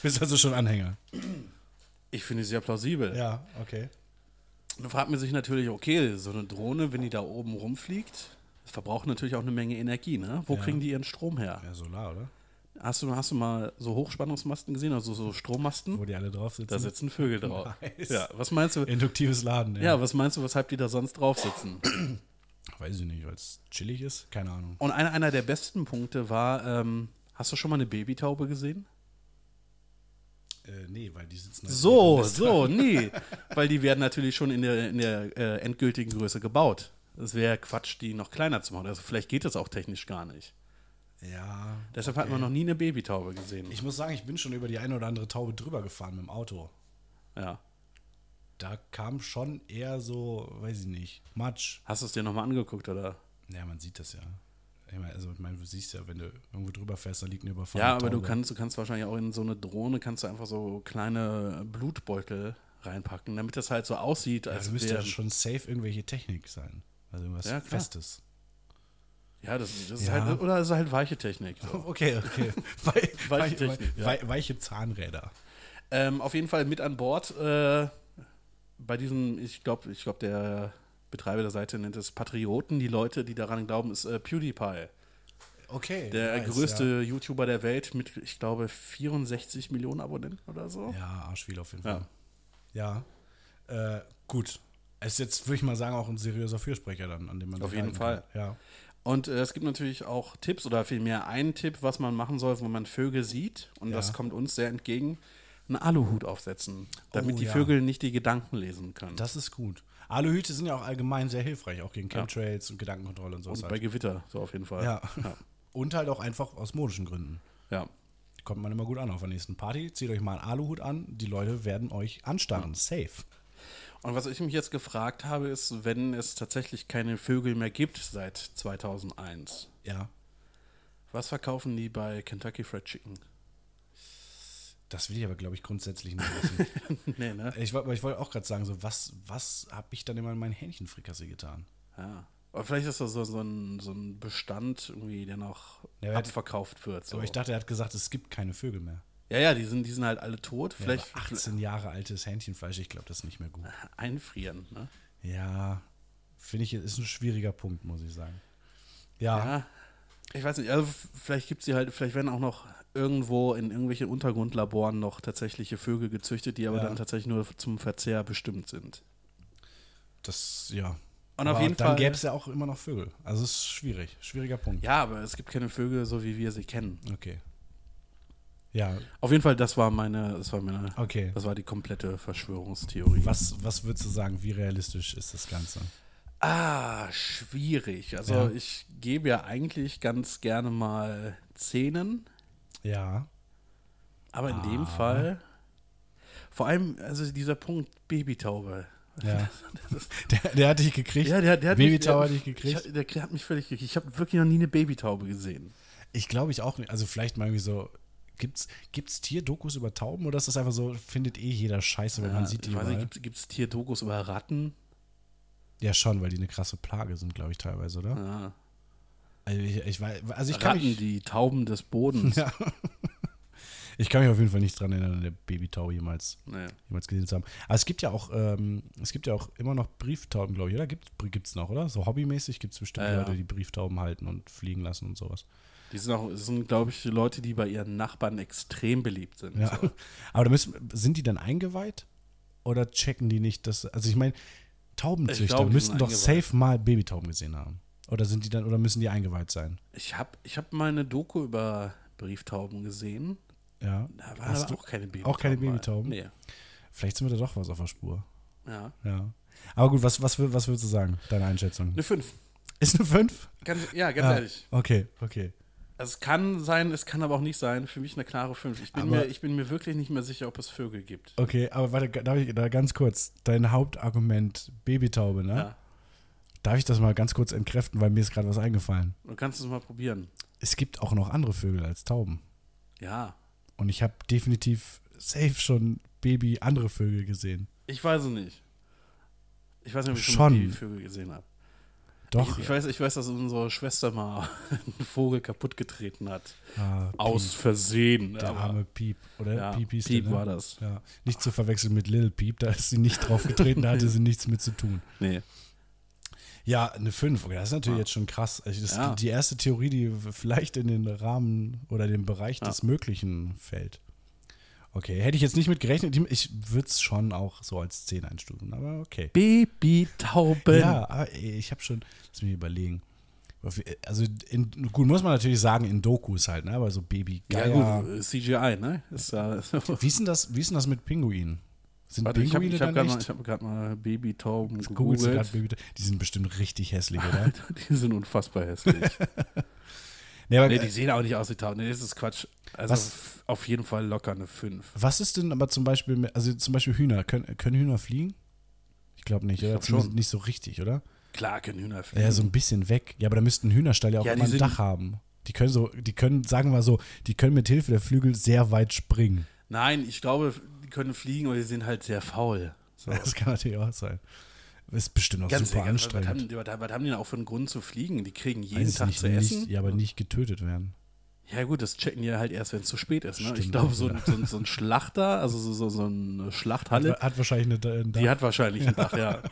[SPEAKER 2] Bist also schon Anhänger?
[SPEAKER 1] Ich finde sie ja plausibel.
[SPEAKER 2] Ja, okay.
[SPEAKER 1] Und Dann fragt man sich natürlich, okay, so eine Drohne, wenn die da oben rumfliegt, das verbraucht natürlich auch eine Menge Energie, ne? Wo kriegen die ihren Strom her?
[SPEAKER 2] Ja, Solar, oder?
[SPEAKER 1] Hast, du, hast du mal so Hochspannungsmasten gesehen, also so Strommasten?
[SPEAKER 2] Wo die alle drauf
[SPEAKER 1] Da
[SPEAKER 2] sitzen.
[SPEAKER 1] sitzen Vögel drauf.
[SPEAKER 2] Nice.
[SPEAKER 1] Ja, was meinst du?
[SPEAKER 2] Induktives Laden, ja.
[SPEAKER 1] Ja, was meinst du, weshalb die da sonst drauf sitzen?
[SPEAKER 2] Weiß ich nicht, weil es chillig ist? Keine Ahnung.
[SPEAKER 1] Und einer, einer der besten Punkte war, ähm, hast du schon mal eine Babytaube gesehen?
[SPEAKER 2] Äh, nee, weil die sitzen halt
[SPEAKER 1] So, so, nie. *laughs* Weil die werden natürlich schon in der, in der äh, endgültigen Größe gebaut. Es wäre Quatsch, die noch kleiner zu machen. Also vielleicht geht das auch technisch gar nicht.
[SPEAKER 2] Ja.
[SPEAKER 1] Deshalb hat man noch nie eine Babytaube gesehen.
[SPEAKER 2] Ich muss sagen, ich bin schon über die eine oder andere Taube drüber gefahren mit dem Auto.
[SPEAKER 1] ja.
[SPEAKER 2] Da kam schon eher so, weiß ich nicht, Matsch.
[SPEAKER 1] Hast du es dir nochmal angeguckt, oder?
[SPEAKER 2] Ja, man sieht das ja. Ich meine, also, ich meine, du siehst ja, wenn du irgendwo drüber fährst, da liegt eine überfahrene
[SPEAKER 1] Ja, aber du
[SPEAKER 2] Taube.
[SPEAKER 1] kannst, du kannst wahrscheinlich auch in so eine Drohne, kannst du einfach so kleine Blutbeutel reinpacken, damit das halt so aussieht,
[SPEAKER 2] Ja,
[SPEAKER 1] als ja,
[SPEAKER 2] das Also, müsste ja
[SPEAKER 1] wäre...
[SPEAKER 2] schon safe irgendwelche Technik sein. Also irgendwas
[SPEAKER 1] Ja, klar.
[SPEAKER 2] Festes.
[SPEAKER 1] Ja, das, das ist
[SPEAKER 2] Ja.
[SPEAKER 1] halt... Oder es ist halt weiche Technik. So.
[SPEAKER 2] *laughs*
[SPEAKER 1] *laughs*
[SPEAKER 2] Okay, okay. Wei
[SPEAKER 1] Weiche
[SPEAKER 2] weiche,
[SPEAKER 1] Technik,
[SPEAKER 2] wei wei weiche Zahnräder.
[SPEAKER 1] Ähm, auf jeden Fall mit an Bord äh, bei diesem, ich glaube, ich glaube, der Betreiber der Seite nennt es Patrioten. Die Leute, die daran glauben, ist äh, PewDiePie.
[SPEAKER 2] Okay.
[SPEAKER 1] Der
[SPEAKER 2] nice,
[SPEAKER 1] größte YouTuber der Welt mit, ich glaube, 64 Millionen Abonnenten oder so.
[SPEAKER 2] Ja, ja Arschwiel auf jeden
[SPEAKER 1] Ja.
[SPEAKER 2] Fall. Ja. Äh, gut. Es ist jetzt, würde ich mal sagen, auch ein seriöser Fürsprecher dann, an dem man
[SPEAKER 1] Auf
[SPEAKER 2] sich
[SPEAKER 1] jeden
[SPEAKER 2] halten
[SPEAKER 1] Fall.
[SPEAKER 2] Kann. Ja.
[SPEAKER 1] Und äh, es gibt natürlich auch Tipps oder vielmehr einen Tipp, was man machen soll, wenn man Vögel sieht. Und das kommt uns sehr entgegen. Einen Aluhut aufsetzen, damit
[SPEAKER 2] Oh,
[SPEAKER 1] die
[SPEAKER 2] ja.
[SPEAKER 1] Vögel nicht die Gedanken lesen können.
[SPEAKER 2] Das ist gut. Aluhüte sind ja auch allgemein sehr hilfreich, auch gegen Chemtrails und Gedankenkontrolle und sowas. halt.
[SPEAKER 1] und bei Gewitter, so auf jeden Fall.
[SPEAKER 2] ja.
[SPEAKER 1] ja.
[SPEAKER 2] Und halt auch einfach aus modischen Gründen.
[SPEAKER 1] ja.
[SPEAKER 2] Kommt man immer gut an auf der nächsten Party. Zieht euch mal einen Aluhut an. Die Leute werden euch anstarren. Safe.
[SPEAKER 1] Und was ich mich jetzt gefragt habe, ist, wenn es tatsächlich keine Vögel mehr gibt seit 2001,
[SPEAKER 2] Ja.
[SPEAKER 1] was verkaufen die bei Kentucky Fried
[SPEAKER 2] *laughs*
[SPEAKER 1] Chicken? *laughs*
[SPEAKER 2] Das will ich aber, glaube ich, grundsätzlich nicht
[SPEAKER 1] *laughs*
[SPEAKER 2] wissen.
[SPEAKER 1] nee, ne?
[SPEAKER 2] ich wollte ich wollt auch gerade sagen, so, was, was habe ich dann immer in meinen Hähnchenfrikassee getan?
[SPEAKER 1] Ja. Aber vielleicht ist das so, so, ein, so ein Bestand, irgendwie, der noch
[SPEAKER 2] Ja, aber-
[SPEAKER 1] abverkauft wird. So.
[SPEAKER 2] Aber ich dachte, er hat gesagt, es gibt keine Vögel mehr.
[SPEAKER 1] ja, ja, die sind, die sind halt alle tot.
[SPEAKER 2] Ja,
[SPEAKER 1] Vielleicht
[SPEAKER 2] aber 18 Jahre altes Hähnchenfleisch, ich glaube, das ist nicht mehr gut.
[SPEAKER 1] *laughs* einfrieren. Ne?
[SPEAKER 2] Ja, finde ich, ist ein schwieriger Punkt, muss ich sagen. Ja,
[SPEAKER 1] Ja. Ich weiß nicht, also f- vielleicht gibt es die halt, vielleicht werden auch noch irgendwo in irgendwelchen Untergrundlaboren noch tatsächliche Vögel gezüchtet, die aber
[SPEAKER 2] Ja.
[SPEAKER 1] dann tatsächlich nur zum Verzehr bestimmt sind.
[SPEAKER 2] das, ja.
[SPEAKER 1] Und auf jeden
[SPEAKER 2] dann
[SPEAKER 1] Fall-
[SPEAKER 2] gäbe es ja auch immer noch Vögel. Also es ist schwierig, schwieriger Punkt.
[SPEAKER 1] Ja, aber es gibt keine Vögel, so wie wir sie kennen.
[SPEAKER 2] Okay. Ja,
[SPEAKER 1] Auf jeden Fall, das war meine, das war meine,
[SPEAKER 2] okay.
[SPEAKER 1] das war die komplette Verschwörungstheorie.
[SPEAKER 2] Was, was würdest du sagen, wie realistisch ist das Ganze?
[SPEAKER 1] Ah, schwierig. Also
[SPEAKER 2] Ja.
[SPEAKER 1] ich gebe ja eigentlich ganz gerne mal Zähnen,
[SPEAKER 2] Ja,
[SPEAKER 1] aber in
[SPEAKER 2] Ah.
[SPEAKER 1] dem Fall, vor allem, also dieser Punkt Babytaube.
[SPEAKER 2] ja.
[SPEAKER 1] Das ist,
[SPEAKER 2] Der, der hat dich
[SPEAKER 1] *laughs*
[SPEAKER 2] gekriegt.
[SPEAKER 1] ja, der, der hat mich-
[SPEAKER 2] Babytower
[SPEAKER 1] der,
[SPEAKER 2] hat dich gekriegt.
[SPEAKER 1] Ich, hab- der hat mich völlig gekriegt. Ich habe wirklich noch nie eine Babytaube gesehen.
[SPEAKER 2] Ich glaube ich auch nicht. Also vielleicht mal irgendwie so, gibt's, gibt's Tierdokus über Tauben oder ist das einfach so, findet eh jeder scheiße, wenn man sieht die
[SPEAKER 1] ich weiß
[SPEAKER 2] überall?
[SPEAKER 1] nicht, gibt es Tierdokus über Ratten?
[SPEAKER 2] Ja, schon, weil die eine krasse Plage sind, glaube ich, teilweise, oder?
[SPEAKER 1] Ja.
[SPEAKER 2] Also ich, ich weiß, also ich kann
[SPEAKER 1] Ratten,
[SPEAKER 2] mich,
[SPEAKER 1] die Tauben des Bodens.
[SPEAKER 2] *laughs* Ja. ich kann mich auf jeden Fall nicht dran erinnern, eine Babytaube jemals,
[SPEAKER 1] Nee.
[SPEAKER 2] jemals gesehen zu haben. Aber es gibt ja auch, ähm, es gibt ja auch immer noch Brieftauben, glaube ich, oder? Gibt, gibt's noch, oder? So hobbymäßig gibt es bestimmt
[SPEAKER 1] Ja, ja.
[SPEAKER 2] Leute, die Brieftauben halten und fliegen lassen und sowas.
[SPEAKER 1] Die sind auch, das sind, glaube ich, die Leute, die bei ihren Nachbarn extrem beliebt sind.
[SPEAKER 2] Ja.
[SPEAKER 1] So.
[SPEAKER 2] *laughs* Aber da müssen, sind die dann eingeweiht? Oder checken die nicht, dass. Also ich meine, Taubenzüchter
[SPEAKER 1] Ich glaube, die
[SPEAKER 2] müssen
[SPEAKER 1] sind
[SPEAKER 2] doch
[SPEAKER 1] eingeweiht.
[SPEAKER 2] safe mal Babytauben gesehen haben. Oder sind die dann, oder müssen die eingeweiht sein?
[SPEAKER 1] Ich habe ich hab mal eine Doku über Brieftauben gesehen.
[SPEAKER 2] Ja.
[SPEAKER 1] Da waren
[SPEAKER 2] Hast
[SPEAKER 1] aber
[SPEAKER 2] du,
[SPEAKER 1] auch keine Babytauben.
[SPEAKER 2] auch keine
[SPEAKER 1] bei.
[SPEAKER 2] Babytauben?
[SPEAKER 1] Nee.
[SPEAKER 2] vielleicht sind wir da doch was auf der Spur.
[SPEAKER 1] Ja.
[SPEAKER 2] Ja. Aber gut, was, was, wür- was würdest du sagen, deine Einschätzung?
[SPEAKER 1] Eine 5.
[SPEAKER 2] Ist eine 5?
[SPEAKER 1] Ganz, ja, ganz ehrlich.
[SPEAKER 2] Okay, okay.
[SPEAKER 1] Also es kann sein, es kann aber auch nicht sein. Für mich eine klare 5. Ich, bin
[SPEAKER 2] Aber-
[SPEAKER 1] mir- ich bin mir wirklich nicht mehr sicher, ob es Vögel gibt.
[SPEAKER 2] Okay, aber warte, darf ich da ganz kurz, dein Hauptargument Babytaube, ne?
[SPEAKER 1] Ja.
[SPEAKER 2] Darf ich das mal ganz kurz entkräften, weil mir ist gerade was eingefallen.
[SPEAKER 1] Du kannst es mal probieren.
[SPEAKER 2] Es gibt auch noch andere Vögel als Tauben.
[SPEAKER 1] Ja.
[SPEAKER 2] Und ich habe definitiv safe schon Baby andere Vögel gesehen.
[SPEAKER 1] Ich weiß es nicht. Ich weiß nicht, ob ich
[SPEAKER 2] Schon.
[SPEAKER 1] schon Babyvögel gesehen habe.
[SPEAKER 2] Doch.
[SPEAKER 1] Ich, ich, weiß, ich weiß, dass unsere Schwester mal *laughs* einen Vogel kaputt getreten hat.
[SPEAKER 2] ah,
[SPEAKER 1] Aus Versehen.
[SPEAKER 2] der
[SPEAKER 1] aber-
[SPEAKER 2] arme Piep. Oder
[SPEAKER 1] Ja,
[SPEAKER 2] Piep hieß
[SPEAKER 1] Piep
[SPEAKER 2] der, ne?
[SPEAKER 1] war das.
[SPEAKER 2] Ja. Nicht zu verwechseln mit Little Piep, da ist sie nicht drauf getreten,
[SPEAKER 1] *laughs*
[SPEAKER 2] da hatte sie nichts mit zu tun.
[SPEAKER 1] Nee.
[SPEAKER 2] Ja, eine 5. Okay, das ist natürlich jetzt schon krass. Also das
[SPEAKER 1] Ah. Ja.
[SPEAKER 2] ist die erste Theorie, die vielleicht in den Rahmen oder den Bereich des Möglichen fällt. Okay, hätte ich jetzt nicht mit gerechnet. Die- Ich würde es schon auch so als 10 einstufen, aber okay.
[SPEAKER 1] Babytauben.
[SPEAKER 2] Ja, aber ich habe schon, lass mich überlegen. Also, in, gut, muss man natürlich sagen, in Dokus halt, ne? Aber so baby
[SPEAKER 1] Ja,
[SPEAKER 2] ja,
[SPEAKER 1] gut, CGI, ne? Ist, ja- *laughs*
[SPEAKER 2] Wie ist denn das, wie ist denn das mit Pinguinen? Sind
[SPEAKER 1] Warte, ich habe
[SPEAKER 2] Pinguine
[SPEAKER 1] ich hab
[SPEAKER 2] dann
[SPEAKER 1] gerade mal,
[SPEAKER 2] nicht?
[SPEAKER 1] ich hab grad mal Babytauben
[SPEAKER 2] Googlest du
[SPEAKER 1] gegoogelt.
[SPEAKER 2] grad Baby- die sind bestimmt richtig hässlich,
[SPEAKER 1] *laughs*
[SPEAKER 2] oder?
[SPEAKER 1] Die sind unfassbar
[SPEAKER 2] *laughs*
[SPEAKER 1] hässlich.
[SPEAKER 2] nee, aber,
[SPEAKER 1] nee, die
[SPEAKER 2] äh,
[SPEAKER 1] sehen auch nicht aus wie Tauben. Nee, das ist Quatsch. Also
[SPEAKER 2] Was-
[SPEAKER 1] f- auf jeden Fall locker eine 5.
[SPEAKER 2] was ist denn aber zum Beispiel, mit- also zum Beispiel Hühner, können, können Hühner fliegen? Ich glaube nicht, oder?
[SPEAKER 1] glaub
[SPEAKER 2] Zumindest
[SPEAKER 1] schon.
[SPEAKER 2] nicht so richtig, oder?
[SPEAKER 1] Klar können Hühner fliegen.
[SPEAKER 2] Ja, so ein bisschen weg. Ja, aber da müssten Hühnerstall ja auch
[SPEAKER 1] Ja, die
[SPEAKER 2] immer ein
[SPEAKER 1] sind-
[SPEAKER 2] Dach haben. Die können so, die können, sagen wir mal so, die können mit Hilfe der Flügel sehr weit springen.
[SPEAKER 1] Nein, ich glaube, die können fliegen, aber die sind halt sehr faul. So.
[SPEAKER 2] Das kann natürlich auch sein. Ist bestimmt auch super
[SPEAKER 1] ehrlich, was-
[SPEAKER 2] anstrengend.
[SPEAKER 1] Was haben, was haben die denn auch für einen Grund zu fliegen? Die kriegen jeden
[SPEAKER 2] Weiß ich
[SPEAKER 1] Tag
[SPEAKER 2] nicht,
[SPEAKER 1] zu
[SPEAKER 2] nicht,
[SPEAKER 1] essen.
[SPEAKER 2] ja, aber nicht getötet werden.
[SPEAKER 1] Ja gut, das checken die halt erst, wenn es zu spät ist. Ne? Ich
[SPEAKER 2] Stimmt
[SPEAKER 1] glaube,
[SPEAKER 2] auch,
[SPEAKER 1] so, ein- so, ein- so ein Schlachter, also so, so, so eine Schlachthalle,
[SPEAKER 2] Hat wahrscheinlich eine. eine
[SPEAKER 1] die hat wahrscheinlich einen Dach,
[SPEAKER 2] *laughs*
[SPEAKER 1] ja.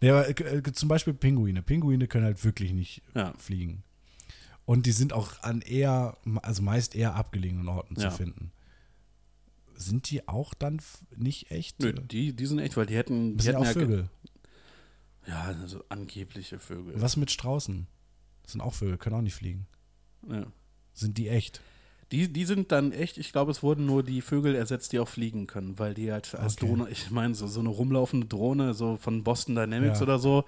[SPEAKER 2] nee, aber, äh, zum Beispiel Pinguine. Pinguine können halt wirklich nicht
[SPEAKER 1] Ja.
[SPEAKER 2] fliegen. Und die sind auch an eher, also meist eher abgelegenen Orten
[SPEAKER 1] Ja.
[SPEAKER 2] zu finden. Sind die auch dann f- nicht echt?
[SPEAKER 1] Nö, die, die sind echt, weil die hätten,
[SPEAKER 2] das
[SPEAKER 1] die hätten
[SPEAKER 2] sind auch
[SPEAKER 1] ja, ge-
[SPEAKER 2] Vögel.
[SPEAKER 1] ja, also angebliche Vögel.
[SPEAKER 2] Was mit Straußen? Das sind auch Vögel, können auch nicht fliegen.
[SPEAKER 1] Ja.
[SPEAKER 2] Sind die echt?
[SPEAKER 1] Die, die sind dann echt, ich glaube, es wurden nur die Vögel ersetzt, die auch fliegen können, weil die halt als
[SPEAKER 2] Okay.
[SPEAKER 1] Drohne, ich meine, so, so eine rumlaufende Drohne, so von Boston Dynamics
[SPEAKER 2] Ja.
[SPEAKER 1] oder so,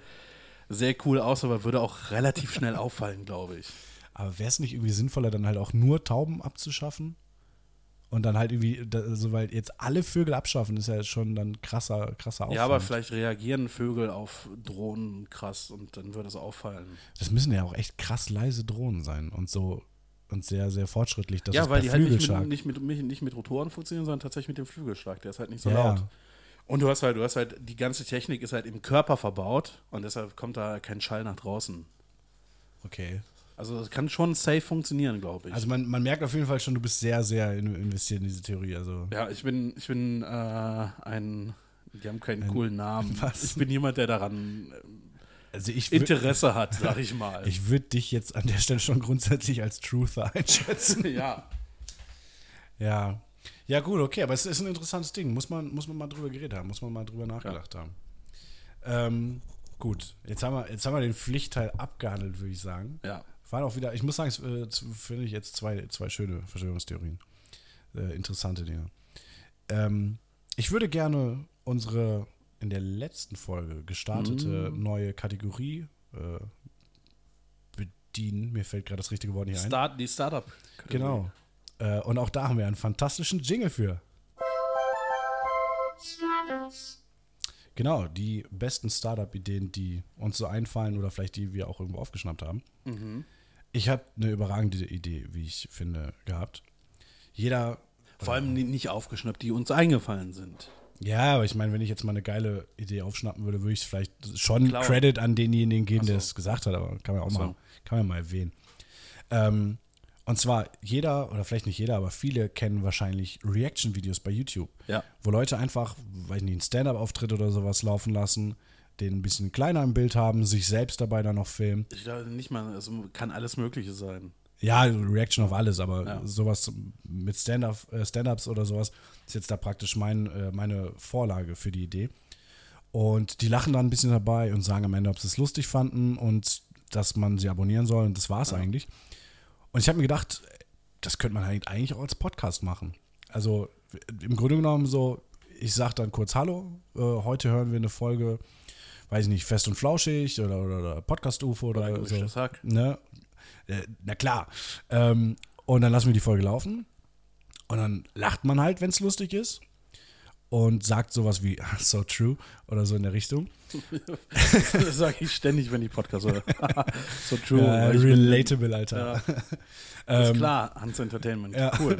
[SPEAKER 1] sehr cool aus, aber würde auch relativ
[SPEAKER 2] *laughs*
[SPEAKER 1] schnell auffallen, glaube ich.
[SPEAKER 2] Aber wäre es nicht irgendwie sinnvoller, dann halt auch nur Tauben abzuschaffen? Und dann halt irgendwie, da- also weil jetzt alle Vögel abschaffen, ist ja schon dann krasser, krasser Aufwand.
[SPEAKER 1] Ja, aber vielleicht reagieren Vögel auf Drohnen krass und dann würde es auffallen.
[SPEAKER 2] Das müssen ja auch echt krass leise Drohnen sein und so und sehr, sehr fortschrittlich. Das
[SPEAKER 1] ja,
[SPEAKER 2] ist
[SPEAKER 1] weil
[SPEAKER 2] per
[SPEAKER 1] die halt nicht
[SPEAKER 2] Flügelschlag.
[SPEAKER 1] mit, nicht, mit, nicht, nicht mit Rotoren funktionieren, sondern tatsächlich mit dem Flügelschlag. Der ist halt nicht so
[SPEAKER 2] Ja.
[SPEAKER 1] laut. Und du hast halt, du hast halt, die ganze Technik ist halt im Körper verbaut und deshalb kommt da kein Schall nach draußen.
[SPEAKER 2] Okay.
[SPEAKER 1] Also das kann schon safe funktionieren, glaube ich.
[SPEAKER 2] Also man, man merkt auf jeden Fall schon, du bist sehr, sehr in- investiert in diese Theorie. Also
[SPEAKER 1] ja, ich bin, ich bin äh, ein, die haben keinen coolen Namen.
[SPEAKER 2] was?
[SPEAKER 1] Ich bin jemand, der daran äh,
[SPEAKER 2] Also ich, wür-
[SPEAKER 1] Interesse hat, sag ich mal.
[SPEAKER 2] ich würde dich jetzt an der Stelle schon grundsätzlich als Truther *laughs*
[SPEAKER 1] *laughs*
[SPEAKER 2] einschätzen.
[SPEAKER 1] ja.
[SPEAKER 2] Ja. Ja, gut, okay, aber es ist ein interessantes Ding. Muss man, muss man mal drüber geredet haben, muss man mal drüber nachgedacht haben. Ähm, gut, jetzt haben, wir, jetzt haben wir den Pflichtteil abgehandelt, würde ich sagen.
[SPEAKER 1] Ja.
[SPEAKER 2] Waren auch wieder, ich muss sagen, es, äh, z- finde ich jetzt zwei, zwei schöne Verschwörungstheorien. Äh, interessante Dinge. Ähm, ich würde gerne unsere in der letzten Folge gestartete neue Kategorie äh, bedienen. Mir fällt gerade das richtige Wort nicht ein.
[SPEAKER 1] Start, die Startup.
[SPEAKER 2] Genau. Äh, und auch da haben wir einen fantastischen Jingle für. Genau, die besten Startup-Ideen, die uns so einfallen oder vielleicht die wir auch irgendwo aufgeschnappt haben. Ich habe eine überragende Idee, wie ich finde, gehabt. Jeder,
[SPEAKER 1] Vor allem ni- nicht aufgeschnappt, die uns eingefallen sind.
[SPEAKER 2] ja, aber ich meine, wenn ich jetzt mal eine geile Idee aufschnappen würde, würde ich vielleicht schon
[SPEAKER 1] Klar.
[SPEAKER 2] Credit an denjenigen geben, der es gesagt hat, aber kann man auch mal, kann man mal erwähnen. Ähm, und zwar jeder, oder vielleicht nicht jeder, aber viele kennen wahrscheinlich Reaction-Videos bei YouTube.
[SPEAKER 1] Ja.
[SPEAKER 2] Wo Leute einfach, weiß nicht, einen Stand-Up-Auftritt oder sowas laufen lassen, den ein bisschen kleiner im Bild haben, sich selbst dabei dann noch filmen.
[SPEAKER 1] Ich glaube nicht mal, es kann alles Mögliche sein.
[SPEAKER 2] Ja, Reaction auf alles, aber
[SPEAKER 1] Ja.
[SPEAKER 2] sowas mit Stand-up, äh, Stand-ups oder sowas ist jetzt da praktisch mein, äh, meine Vorlage für die Idee. Und die lachen dann ein bisschen dabei und sagen am Ende, ob sie es lustig fanden und dass man sie abonnieren soll. Und das war's eigentlich. Und ich habe mir gedacht, das könnte man halt eigentlich auch als Podcast machen. Also im Grunde genommen so, ich sage dann kurz Hallo, äh, heute hören wir eine Folge, weiß ich nicht, Fest und Flauschig oder, oder, oder Podcast-UFO oder,
[SPEAKER 1] Oder
[SPEAKER 2] so.
[SPEAKER 1] gemischtes Hack.
[SPEAKER 2] Ne? Äh, na klar. Ähm, und dann lassen wir die Folge laufen. Und dann lacht man halt, wenn es lustig ist. Und sagt sowas wie, *laughs* so true oder so in der Richtung.
[SPEAKER 1] *laughs* Das sage ich ständig, wenn ich Podcast
[SPEAKER 2] *laughs*
[SPEAKER 1] höre. so true.
[SPEAKER 2] Äh,
[SPEAKER 1] weil ich bin-
[SPEAKER 2] relatable, Alter.
[SPEAKER 1] Ist klar, Hans Entertainment.
[SPEAKER 2] ähm, Ja. *laughs*
[SPEAKER 1] Cool.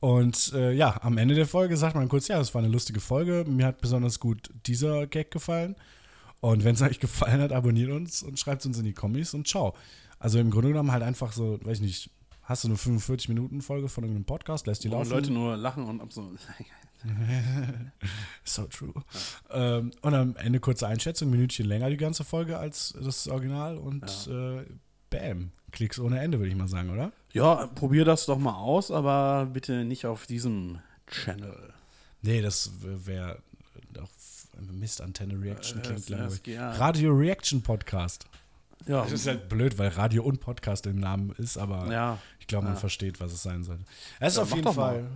[SPEAKER 2] Und äh, ja, am Ende der Folge sagt man kurz, ja, das war eine lustige Folge. Mir hat besonders gut dieser Gag gefallen. Und wenn es *laughs* euch gefallen hat, abonniert uns und schreibt uns in die Kommis und ciao. Also im Grunde genommen halt einfach so, weiß ich nicht, hast du eine 45-Minuten-Folge von irgendeinem Podcast, lässt die
[SPEAKER 1] Und
[SPEAKER 2] laufen.
[SPEAKER 1] Oh, Leute nur lachen und ab so.
[SPEAKER 2] So true. Ähm, und am Ende kurze Einschätzung, ein Minütchen länger die ganze Folge als das Original und äh, bam, Klicks ohne Ende, würde ich mal sagen, oder?
[SPEAKER 1] Ja, probier das doch mal aus, aber bitte nicht auf diesem Channel.
[SPEAKER 2] Nee, das wäre doch Mist, Antenne Reaction
[SPEAKER 1] Äh,
[SPEAKER 2] klingt
[SPEAKER 1] das-
[SPEAKER 2] langweilig.
[SPEAKER 1] das- ja.
[SPEAKER 2] Radio Reaction Podcast.
[SPEAKER 1] Ja,
[SPEAKER 2] Das ist halt blöd, weil Radio und Podcast im Namen ist, aber
[SPEAKER 1] Ja.
[SPEAKER 2] ich glaube, man
[SPEAKER 1] Ja.
[SPEAKER 2] versteht, was es sein sollte. Es ist
[SPEAKER 1] Ja,
[SPEAKER 2] auf
[SPEAKER 1] mach
[SPEAKER 2] jeden
[SPEAKER 1] doch mal.
[SPEAKER 2] Fall,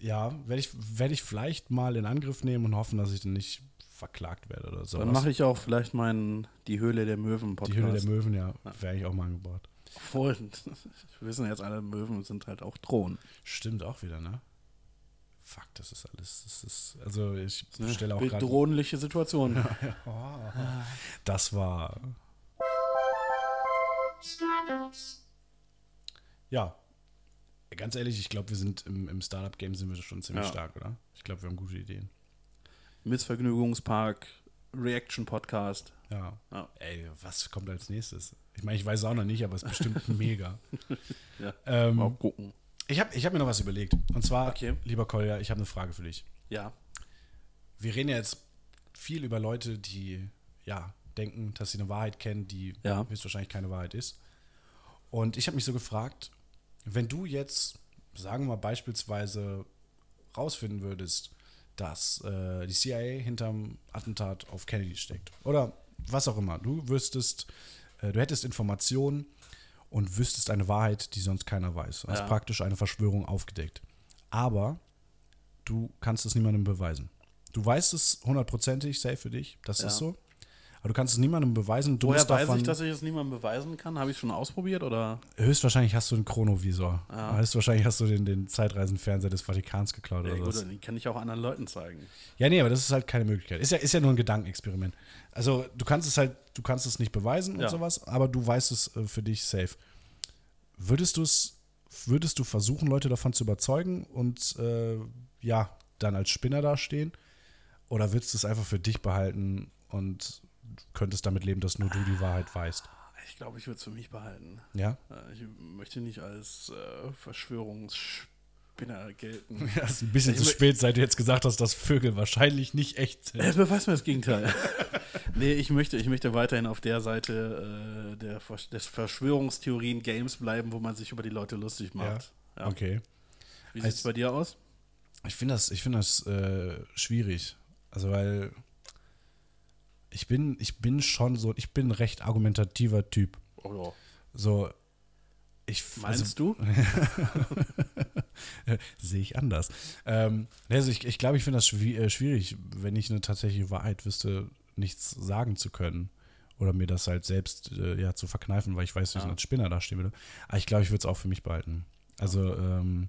[SPEAKER 2] ja, werde ich, werd ich vielleicht mal in Angriff nehmen und hoffen, dass ich dann nicht verklagt werde oder sowas.
[SPEAKER 1] dann mache ich auch vielleicht meinen Die Höhle der Möwen
[SPEAKER 2] Die
[SPEAKER 1] Podcast.
[SPEAKER 2] Höhle der Möwen, ja, wäre ich auch mal angebracht.
[SPEAKER 1] Obwohl, *laughs* wir wissen jetzt alle, Möwen sind halt auch Drohnen.
[SPEAKER 2] Stimmt auch wieder, ne? Fuck, das ist alles. Das ist, also ich stelle auch gerade.
[SPEAKER 1] ne? Bedrohliche Situation.
[SPEAKER 2] Das war. Ja. Ganz ehrlich, ich glaube, wir sind im, im Startup-Game sind wir schon ziemlich
[SPEAKER 1] Ja.
[SPEAKER 2] stark, oder? Ich glaube, wir haben gute Ideen.
[SPEAKER 1] Missvergnügungspark, Reaction Podcast.
[SPEAKER 2] Ja.
[SPEAKER 1] Ja.
[SPEAKER 2] Ey, was kommt als nächstes? Ich meine, ich weiß es auch noch nicht, aber es ist bestimmt *laughs* mega.
[SPEAKER 1] Ja. Mal
[SPEAKER 2] ähm,
[SPEAKER 1] gucken.
[SPEAKER 2] ich habe ich hab mir noch was überlegt. Und zwar,
[SPEAKER 1] Okay.
[SPEAKER 2] lieber Kolja, ich habe eine Frage für dich.
[SPEAKER 1] Ja.
[SPEAKER 2] wir reden ja jetzt viel über Leute, die ja denken, dass sie eine Wahrheit kennen, die
[SPEAKER 1] Ja.
[SPEAKER 2] höchstwahrscheinlich keine Wahrheit ist. Und ich habe mich so gefragt, wenn du jetzt, sagen wir mal beispielsweise, rausfinden würdest, dass äh, die CIA hinterm Attentat auf Kennedy steckt oder was auch immer, du wüsstest, äh, du hättest Informationen und wüsstest eine Wahrheit, die sonst keiner weiß. Du hast
[SPEAKER 1] Ja.
[SPEAKER 2] praktisch eine Verschwörung aufgedeckt. Aber du kannst es niemandem beweisen. Du weißt es hundertprozentig, safe für dich, das
[SPEAKER 1] Ja.
[SPEAKER 2] ist so. Aber du kannst es niemandem beweisen. Du
[SPEAKER 1] Woher
[SPEAKER 2] musst
[SPEAKER 1] weiß
[SPEAKER 2] davon,
[SPEAKER 1] ich, dass ich es niemandem beweisen kann? Habe ich schon ausprobiert oder?
[SPEAKER 2] Höchstwahrscheinlich hast du einen Chronovisor. Höchstwahrscheinlich hast du den, den Zeitreisenfernseher des Vatikans geklaut
[SPEAKER 1] Ja,
[SPEAKER 2] oder
[SPEAKER 1] gut,
[SPEAKER 2] was.
[SPEAKER 1] dann kann ich auch anderen Leuten zeigen.
[SPEAKER 2] Ja, nee, aber das ist halt keine Möglichkeit. Ist ja, ist ja nur ein Gedankenexperiment. Also du kannst es halt, du kannst es nicht beweisen und
[SPEAKER 1] Ja.
[SPEAKER 2] sowas, aber du weißt es äh, für dich safe. Würdest du es, würdest du versuchen, Leute davon zu überzeugen und äh, ja, dann als Spinner dastehen? Oder würdest du es einfach für dich behalten und könntest damit leben, dass nur du die Wahrheit weißt?
[SPEAKER 1] Ich glaube, ich würde es für mich behalten.
[SPEAKER 2] Ja? *laughs*
[SPEAKER 1] Äh, Ich möchte nicht als äh, Verschwörungsspinner gelten.
[SPEAKER 2] *laughs* Ja, ist ein bisschen
[SPEAKER 1] Ich
[SPEAKER 2] zu
[SPEAKER 1] mö-
[SPEAKER 2] spät, seit du jetzt gesagt hast, dass Vögel wahrscheinlich nicht echt sind.
[SPEAKER 1] *laughs* Äh, beweis mir das Gegenteil. *laughs* nee, ich möchte, ich möchte weiterhin auf der Seite äh, der, Versch- des Verschwörungstheorien-Games bleiben, wo man sich über die Leute lustig macht. *laughs* Ja.
[SPEAKER 2] Okay.
[SPEAKER 1] Wie sieht es
[SPEAKER 2] Als-
[SPEAKER 1] bei dir aus?
[SPEAKER 2] Ich finde das, ich finde das äh, schwierig. Also weil ich bin, ich bin schon so, ich bin ein recht argumentativer Typ.
[SPEAKER 1] Oh,
[SPEAKER 2] So, ich also,
[SPEAKER 1] Meinst du?
[SPEAKER 2] *laughs* sehe ich anders. Ähm, also ich glaube, ich, glaube, ich finde das schwi- äh, schwierig, wenn ich eine tatsächliche Wahrheit wüsste, nichts sagen zu können. Oder mir das halt selbst äh, ja, zu verkneifen, weil ich weiß, dass ich
[SPEAKER 1] Ja.
[SPEAKER 2] als Spinner dastehen würde. Aber ich glaube, ich würde es auch für mich behalten. Also, ähm,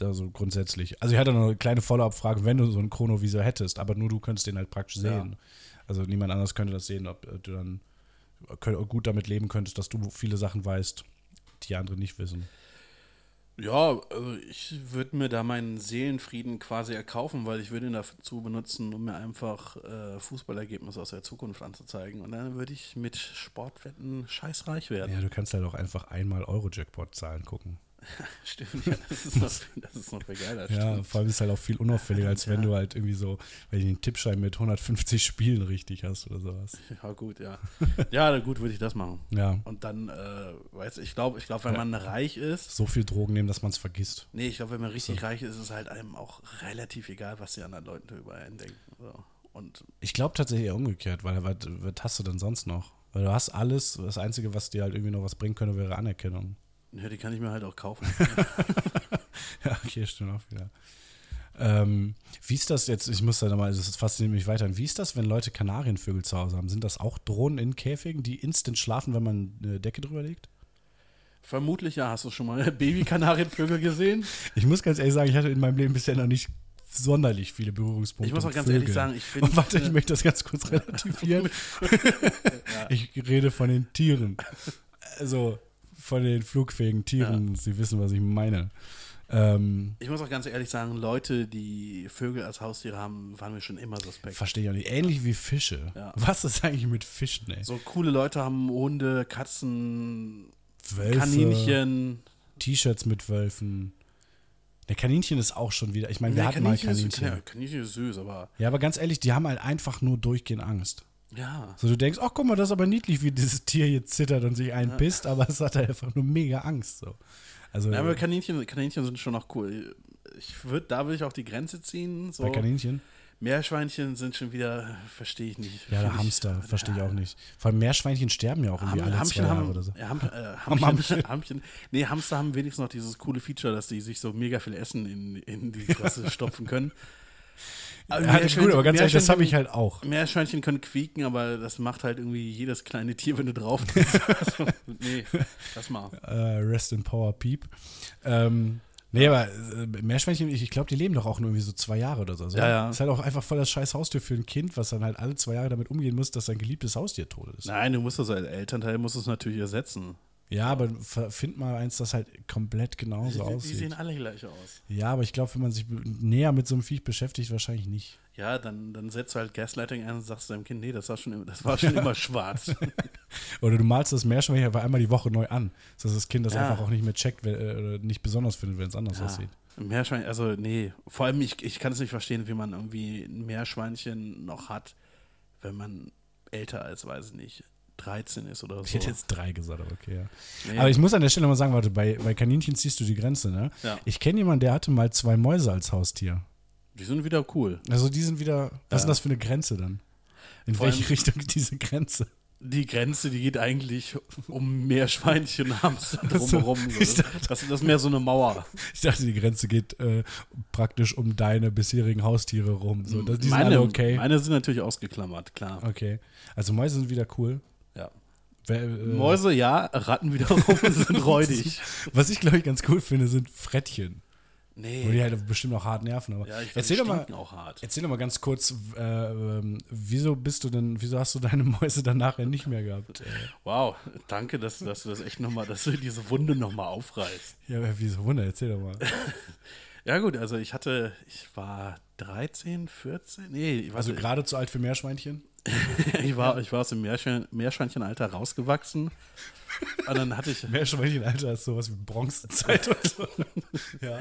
[SPEAKER 2] also grundsätzlich. Also ich hatte noch eine kleine Follow-up-Frage, wenn du so einen Chronovisor hättest, aber nur du könntest den halt praktisch
[SPEAKER 1] Ja.
[SPEAKER 2] sehen. Also niemand anders könnte das sehen, ob äh, du dann kö- gut damit leben könntest, dass du viele Sachen weißt, die andere nicht wissen.
[SPEAKER 1] Ja, also ich würde mir da meinen Seelenfrieden quasi erkaufen, weil ich würde ihn dazu benutzen, um mir einfach äh, Fußballergebnisse aus der Zukunft anzuzeigen. Und dann würde ich mit Sportwetten scheißreich werden.
[SPEAKER 2] Ja, du kannst halt auch einfach einmal Euro-Jackpot-Zahlen gucken.
[SPEAKER 1] *laughs* Stimmt, ja, das ist noch,
[SPEAKER 2] *laughs*
[SPEAKER 1] das ist noch viel geiler.
[SPEAKER 2] Ja,
[SPEAKER 1] stimmt.
[SPEAKER 2] vor allem ist halt auch viel unauffälliger, als wenn du halt irgendwie so, wenn du einen Tippschein mit 150 Spielen richtig hast oder sowas.
[SPEAKER 1] ja, gut, ja. Ja, na gut, würde ich das machen.
[SPEAKER 2] Ja.
[SPEAKER 1] Und dann, äh, weiß ich glaube, ich glaube, wenn man reich ist,
[SPEAKER 2] So viel Drogen nehmen, dass man es vergisst.
[SPEAKER 1] nee, ich glaube, wenn man richtig reich ist, ist es halt einem auch relativ egal, was die anderen Leute über einen denken. So. Und
[SPEAKER 2] Ich glaube tatsächlich eher umgekehrt, weil was, was hast du denn sonst noch? Weil du hast alles, das Einzige, was dir halt irgendwie noch was bringen könnte, wäre Anerkennung.
[SPEAKER 1] ja, die kann ich mir halt auch kaufen.
[SPEAKER 2] *laughs* Ja, okay, stimmt auch wieder. Ähm, wie ist das jetzt, ich muss da nochmal, das fasziniert mich weiter, wie ist das, wenn Leute Kanarienvögel zu Hause haben? Sind das auch Drohnen in Käfigen, die instant schlafen, wenn man eine Decke drüber legt?
[SPEAKER 1] Vermutlich ja, hast du schon mal *laughs* Babykanarienvögel gesehen?
[SPEAKER 2] Ich muss ganz ehrlich sagen, ich hatte in meinem Leben bisher noch nicht sonderlich viele Berührungspunkte.
[SPEAKER 1] Ich muss auch
[SPEAKER 2] mit
[SPEAKER 1] ganz
[SPEAKER 2] Vögeln.
[SPEAKER 1] ehrlich sagen, ich äh, finde-
[SPEAKER 2] Und warte, ich möchte das
[SPEAKER 1] *laughs*
[SPEAKER 2] ganz kurz relativieren. Ich rede von den Tieren. Also von den flugfähigen Tieren. Sie wissen, was ich meine. Ähm,
[SPEAKER 1] Ich muss auch ganz ehrlich sagen, Leute, die Vögel als Haustiere haben, waren mir schon immer suspekt.
[SPEAKER 2] Verstehe ich auch nicht. Ähnlich wie Fische.
[SPEAKER 1] Ja.
[SPEAKER 2] Was ist eigentlich mit Fischen, ey?
[SPEAKER 1] So coole Leute haben Hunde, Katzen,
[SPEAKER 2] Wölfe,
[SPEAKER 1] Kaninchen.
[SPEAKER 2] T-Shirts mit Wölfen. Der Kaninchen ist auch schon wieder. Ich meine, wir
[SPEAKER 1] Nee,
[SPEAKER 2] hatten mal
[SPEAKER 1] Ist,
[SPEAKER 2] Kaninchen.
[SPEAKER 1] ja, Kaninchen ist süß, aber
[SPEAKER 2] ja, aber ganz ehrlich, die haben halt einfach nur durchgehend Angst.
[SPEAKER 1] ja.
[SPEAKER 2] So, du denkst, ach guck mal, das ist aber niedlich, wie dieses Tier hier zittert und sich einpisst, aber es hat halt einfach nur mega Angst. So. Also
[SPEAKER 1] Ja, aber Kaninchen, Kaninchen sind schon noch cool. Ich würd, da würde ich auch die Grenze ziehen. So.
[SPEAKER 2] bei Kaninchen?
[SPEAKER 1] Meerschweinchen sind schon wieder, verstehe ich nicht.
[SPEAKER 2] Ja,
[SPEAKER 1] Find
[SPEAKER 2] der
[SPEAKER 1] ich-
[SPEAKER 2] Hamster, verstehe ich auch nicht. Vor allem Meerschweinchen sterben ja auch irgendwie
[SPEAKER 1] Ham,
[SPEAKER 2] alle
[SPEAKER 1] Hamchen
[SPEAKER 2] zwei
[SPEAKER 1] haben,
[SPEAKER 2] Jahre oder so.
[SPEAKER 1] ja,
[SPEAKER 2] *laughs*
[SPEAKER 1] Ham, äh, Hamchen, Hamchen. nee, Hamster haben wenigstens noch dieses coole Feature, dass die sich so mega viel Essen in, in die
[SPEAKER 2] *laughs*
[SPEAKER 1] Fresse stopfen können. Aber
[SPEAKER 2] Ja, gut, aber ganz ehrlich, das
[SPEAKER 1] Meerschweinchen-
[SPEAKER 2] habe ich halt auch.
[SPEAKER 1] Meerschweinchen können quieken, aber das macht halt irgendwie jedes kleine Tier, wenn du
[SPEAKER 2] *laughs*
[SPEAKER 1] drauf bist. also, nee, lass mal.
[SPEAKER 2] Äh, Rest in Power Peep. Ähm, nee, aber äh, Meerschweinchen, ich, ich glaube, die leben doch auch nur irgendwie so zwei Jahre oder so. so.
[SPEAKER 1] Ja, ja.
[SPEAKER 2] Ist halt auch einfach voll das scheiß Haustier für ein Kind, was dann halt alle zwei Jahre damit umgehen muss, dass sein geliebtes Haustier tot ist.
[SPEAKER 1] Nein, du musst das als Elternteil musst es natürlich ersetzen.
[SPEAKER 2] Ja, aber ver- find mal eins, das halt komplett
[SPEAKER 1] Die,
[SPEAKER 2] genauso
[SPEAKER 1] die
[SPEAKER 2] aussieht.
[SPEAKER 1] sehen alle gleich aus.
[SPEAKER 2] Ja, aber ich glaube, wenn man sich be- näher mit so einem Viech beschäftigt, wahrscheinlich nicht. *laughs*
[SPEAKER 1] Ja, dann, dann setzt du halt Gaslighting ein und sagst deinem Kind, nee, das war schon, im- das war schon
[SPEAKER 2] *laughs*
[SPEAKER 1] immer schwarz.
[SPEAKER 2] Oder du malst das Meerschweinchen einfach einmal die Woche neu an, sodass das Kind das
[SPEAKER 1] Ja.
[SPEAKER 2] einfach auch nicht mehr checkt wenn- äh, oder nicht besonders findet, wenn es anders
[SPEAKER 1] Ja.
[SPEAKER 2] aussieht.
[SPEAKER 1] Ah. Ein Meerschweinchen, also nee, vor allem ich, ich kann es nicht verstehen, wie man irgendwie ein Meerschweinchen noch hat, wenn man älter als, weiß ich nicht, 13 ist oder
[SPEAKER 2] Ich
[SPEAKER 1] so.
[SPEAKER 2] hätte *laughs* jetzt drei gesagt, aber okay, ja.
[SPEAKER 1] Nee.
[SPEAKER 2] Aber ich muss an der Stelle mal sagen, warte, bei, bei Kaninchen ziehst du die Grenze, ne?
[SPEAKER 1] Ja.
[SPEAKER 2] Ich kenne jemanden, der hatte mal zwei Mäuse als Haustier.
[SPEAKER 1] Die sind wieder cool.
[SPEAKER 2] Also die sind wieder, was ist denn das für eine Grenze dann? In
[SPEAKER 1] Vor
[SPEAKER 2] welche
[SPEAKER 1] allem-
[SPEAKER 2] Richtung geht *laughs* diese Grenze?
[SPEAKER 1] die Grenze, die geht eigentlich um Meerschweinchen *laughs* Hamster drumherum.
[SPEAKER 2] Ich
[SPEAKER 1] So. ne?
[SPEAKER 2] dachte-
[SPEAKER 1] Das, das ist mehr so eine Mauer.
[SPEAKER 2] Ich dachte, die Grenze geht äh, praktisch um deine bisherigen Haustiere rum. So, das, die sind
[SPEAKER 1] Meine,
[SPEAKER 2] alle okay.
[SPEAKER 1] meine sind natürlich ausgeklammert, klar.
[SPEAKER 2] okay. Also Mäuse sind wieder cool.
[SPEAKER 1] Ja.
[SPEAKER 2] Wer, äh, *laughs*
[SPEAKER 1] Mäuse, ja, Ratten wiederum sind räudig.
[SPEAKER 2] Was ich, glaube ich, ganz cool finde, sind Frettchen. Wo die
[SPEAKER 1] Nee.
[SPEAKER 2] halt bestimmt auch hart nerven. Aber
[SPEAKER 1] Ja, ich weiß, die
[SPEAKER 2] erzähl, doch mal,
[SPEAKER 1] stinken auch hart.
[SPEAKER 2] erzähl doch mal ganz kurz, äh, ähm, wieso bist du denn, wieso hast du deine Mäuse dann nachher nicht mehr gehabt? Äh,
[SPEAKER 1] Wow, danke, dass, dass du das echt nochmal, dass du diese Wunde nochmal aufreißt.
[SPEAKER 2] ja, aber wieso Wunder, erzähl doch mal.
[SPEAKER 1] Ja, gut, also ich hatte, ich war 13, 14, nee, ich war,
[SPEAKER 2] Also *laughs* gerade zu alt für Meerschweinchen?
[SPEAKER 1] ich war, ich war aus dem Meerschwein, Meerschweinchenalter rausgewachsen. Und dann hatte ich,
[SPEAKER 2] Meerschweinchen, Alter, ist sowas wie Bronzezeit und so. *laughs* ja.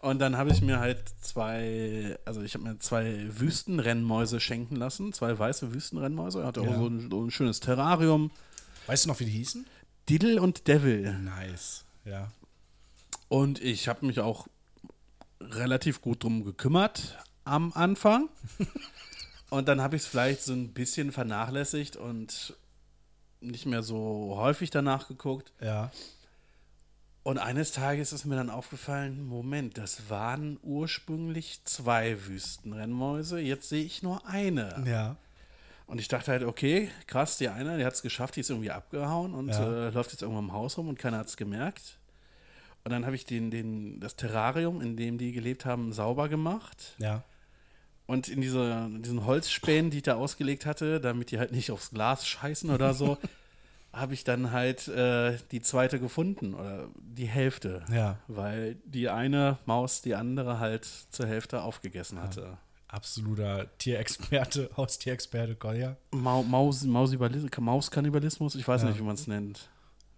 [SPEAKER 1] und dann habe ich mir halt zwei, also ich habe mir zwei Wüstenrennmäuse schenken lassen, zwei weiße Wüstenrennmäuse, hatte
[SPEAKER 2] Ja.
[SPEAKER 1] auch so ein, so ein schönes Terrarium.
[SPEAKER 2] *laughs* Weißt du noch, wie die hießen?
[SPEAKER 1] Diddle und Devil.
[SPEAKER 2] Nice. Ja.
[SPEAKER 1] Und ich habe mich auch relativ gut drum gekümmert am Anfang. und dann habe ich es vielleicht so ein bisschen vernachlässigt und nicht mehr so häufig danach geguckt.
[SPEAKER 2] Ja.
[SPEAKER 1] Und eines Tages ist mir dann aufgefallen, Moment, das waren ursprünglich zwei Wüstenrennmäuse, jetzt sehe ich nur eine.
[SPEAKER 2] Ja.
[SPEAKER 1] Und ich dachte halt, okay, krass, die eine, die hat es geschafft, die ist irgendwie abgehauen und
[SPEAKER 2] Ja.
[SPEAKER 1] äh, läuft jetzt irgendwo im Haus rum und keiner hat es gemerkt. Und dann habe ich den, den, das Terrarium, in dem die gelebt haben, sauber gemacht.
[SPEAKER 2] Ja.
[SPEAKER 1] Und in diese, in diesen Holzspänen, die ich da ausgelegt hatte, damit die halt nicht aufs Glas scheißen oder
[SPEAKER 2] *laughs*
[SPEAKER 1] so, habe ich dann halt äh, die zweite gefunden oder die Hälfte.
[SPEAKER 2] Ja.
[SPEAKER 1] Weil die eine Maus die andere halt zur Hälfte aufgegessen hatte.
[SPEAKER 2] Absoluter Tierexperte, *laughs* Haustierexperte, Kolja.
[SPEAKER 1] Mau Maus, Mausibali- Mauskannibalismus, ich weiß
[SPEAKER 2] Ja.
[SPEAKER 1] nicht, wie man es nennt.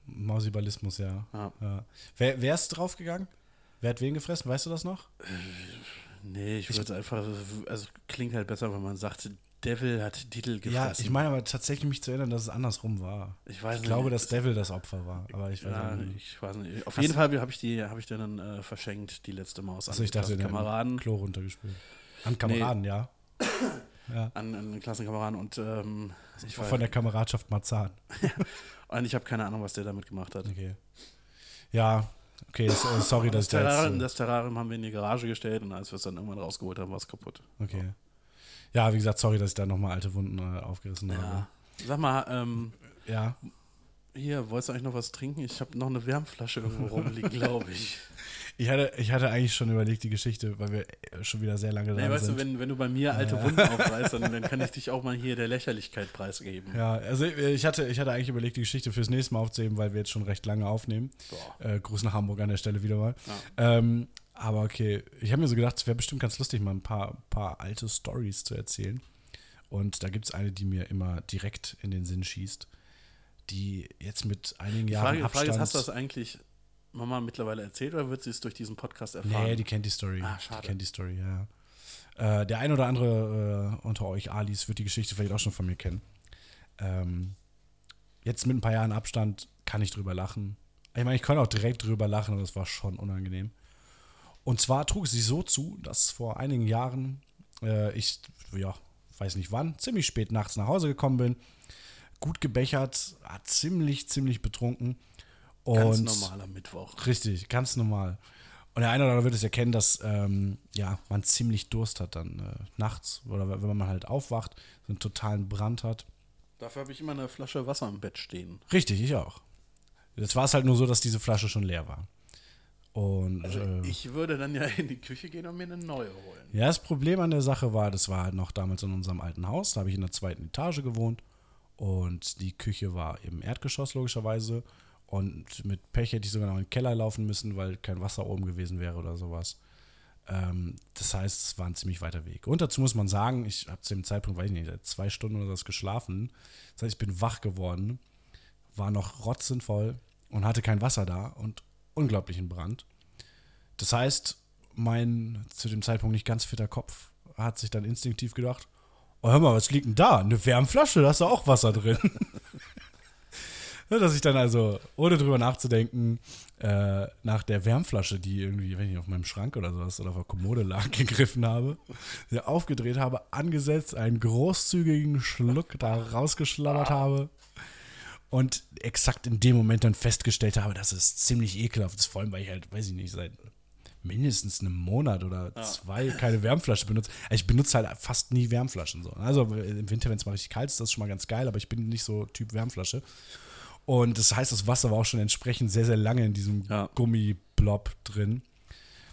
[SPEAKER 2] Mausibalismus, ja.
[SPEAKER 1] Ja.
[SPEAKER 2] Wer, wer ist draufgegangen? Wer hat wen gefressen? Weißt du das noch?
[SPEAKER 1] Nee, ich würde einfach, also klingt halt besser, wenn man sagt, Devil hat Titel gefressen.
[SPEAKER 2] Ja, ich meine aber tatsächlich mich zu erinnern, dass es andersrum war.
[SPEAKER 1] Ich weiß
[SPEAKER 2] ich
[SPEAKER 1] nicht.
[SPEAKER 2] glaube, dass Devil das Opfer war. Aber ich weiß
[SPEAKER 1] Ja,
[SPEAKER 2] auch nicht.
[SPEAKER 1] ich weiß nicht. Auf jeden Fall habe ich die, habe ich dann äh, verschenkt, die letzte Maus
[SPEAKER 2] Achso, ich dachte, den
[SPEAKER 1] Kameraden.
[SPEAKER 2] Klo runtergespielt. An
[SPEAKER 1] *clears throat*
[SPEAKER 2] Kameraden, ja.
[SPEAKER 1] An, an Klassenkameraden und ähm, ich
[SPEAKER 2] Von der Kameradschaft Marzahn.
[SPEAKER 1] und ich habe keine Ahnung, was der damit gemacht hat.
[SPEAKER 2] Okay. Ja, okay, so, äh, sorry, dass ich da jetzt.
[SPEAKER 1] Terrarium,
[SPEAKER 2] äh,
[SPEAKER 1] das Terrarium haben wir in die Garage gestellt und als wir es dann irgendwann rausgeholt haben, war es kaputt.
[SPEAKER 2] Okay. Ja, wie gesagt, sorry, dass ich da nochmal alte Wunden äh, aufgerissen habe.
[SPEAKER 1] Ja. Sag mal, ähm,
[SPEAKER 2] Ja.
[SPEAKER 1] hier, wolltest du eigentlich noch was trinken? Ich habe noch eine Wärmflasche irgendwo
[SPEAKER 2] *laughs*
[SPEAKER 1] rumliegen, glaube ich.
[SPEAKER 2] Ich hatte, ich hatte eigentlich schon überlegt, die Geschichte, weil wir äh, schon wieder sehr lange dran
[SPEAKER 1] Nee, weißt
[SPEAKER 2] sind.
[SPEAKER 1] du, wenn, wenn du bei mir
[SPEAKER 2] Äh.
[SPEAKER 1] alte Wunden aufreißt, dann, dann kann ich dich auch mal hier der Lächerlichkeit preisgeben.
[SPEAKER 2] ja, also ich- ich hatte, ich hatte eigentlich überlegt, die Geschichte fürs nächste Mal aufzuheben, weil wir jetzt schon recht lange aufnehmen. Äh, Gruß nach Hamburg an der Stelle wieder mal. Ähm, aber okay, ich habe mir so gedacht, es wäre bestimmt ganz lustig, mal ein paar, paar alte Stories zu erzählen. Und da gibt es eine, die mir immer direkt in den Sinn schießt, die jetzt mit einigen
[SPEAKER 1] Die
[SPEAKER 2] Jahren
[SPEAKER 1] Frage,
[SPEAKER 2] Abstand.
[SPEAKER 1] Frage ist, hast du das eigentlich Mama mittlerweile erzählt oder wird sie es durch diesen Podcast erfahren?
[SPEAKER 2] Nee, die kennt die Story.
[SPEAKER 1] Ah, schade.
[SPEAKER 2] Die kennt die Story, ja. ja. Äh, der ein oder andere äh, unter euch, Alis, wird die Geschichte vielleicht auch schon von mir kennen. Ähm, jetzt mit ein paar Jahren Abstand kann ich drüber lachen. Ich meine, ich kann auch direkt drüber lachen, aber das war schon unangenehm. Und zwar trug sie so zu, dass vor einigen Jahren äh, ich, ja, weiß nicht wann, ziemlich spät nachts nach Hause gekommen bin. Gut gebechert, ah, ziemlich, ziemlich betrunken. Und
[SPEAKER 1] Ganz normaler Mittwoch.
[SPEAKER 2] Richtig, ganz normal. Und der eine oder andere wird es erkennen, dass ähm, ja, man ziemlich Durst hat dann äh, nachts oder wenn man halt aufwacht, so einen totalen Brand hat.
[SPEAKER 1] Dafür habe ich immer eine Flasche Wasser im Bett stehen.
[SPEAKER 2] Richtig, ich auch. Jetzt war es halt nur so, dass diese Flasche schon leer war. Und
[SPEAKER 1] Also,
[SPEAKER 2] äh,
[SPEAKER 1] Ich würde dann ja in die Küche gehen und mir eine neue holen.
[SPEAKER 2] ja, das Problem an der Sache war, das war halt noch damals in unserem alten Haus, da habe ich in der zweiten Etage gewohnt und die Küche war im Erdgeschoss logischerweise und mit Pech hätte ich sogar noch in den Keller laufen müssen, weil kein Wasser oben gewesen wäre oder sowas. Ähm, das heißt, es war ein ziemlich weiter Weg. Und dazu muss man sagen, ich habe zu dem Zeitpunkt, weiß ich nicht, seit zwei Stunden oder was geschlafen. Das heißt, ich bin wach geworden, war noch rotzenvoll und hatte kein Wasser da und unglaublichen Brand. Das heißt, mein zu dem Zeitpunkt nicht ganz fitter Kopf hat sich dann instinktiv gedacht, oh hör mal, was liegt denn da? Eine Wärmflasche, da ist *laughs* ja auch Wasser drin. Ne, dass ich dann also, ohne drüber nachzudenken, äh, nach der Wärmflasche, die irgendwie, wenn ich auf meinem Schrank oder sowas oder auf der Kommode lag, *laughs* gegriffen habe, sie aufgedreht habe, angesetzt, einen großzügigen Schluck da rausgeschlabbert habe und exakt in dem Moment dann festgestellt habe, dass es ziemlich ekelhaft ist, vor allem, weil ich halt, weiß ich nicht, seit mindestens einem Monat oder zwei keine Wärmflasche benutze. Also ich benutze halt fast nie Wärmflaschen so. Also im Winter, wenn es mal richtig kalt ist, das ist schon mal ganz geil, aber ich bin nicht so Typ Wärmflasche. Und das heißt, das Wasser war auch schon entsprechend sehr, sehr lange in diesem
[SPEAKER 1] Ja.
[SPEAKER 2] Gummiblob drin.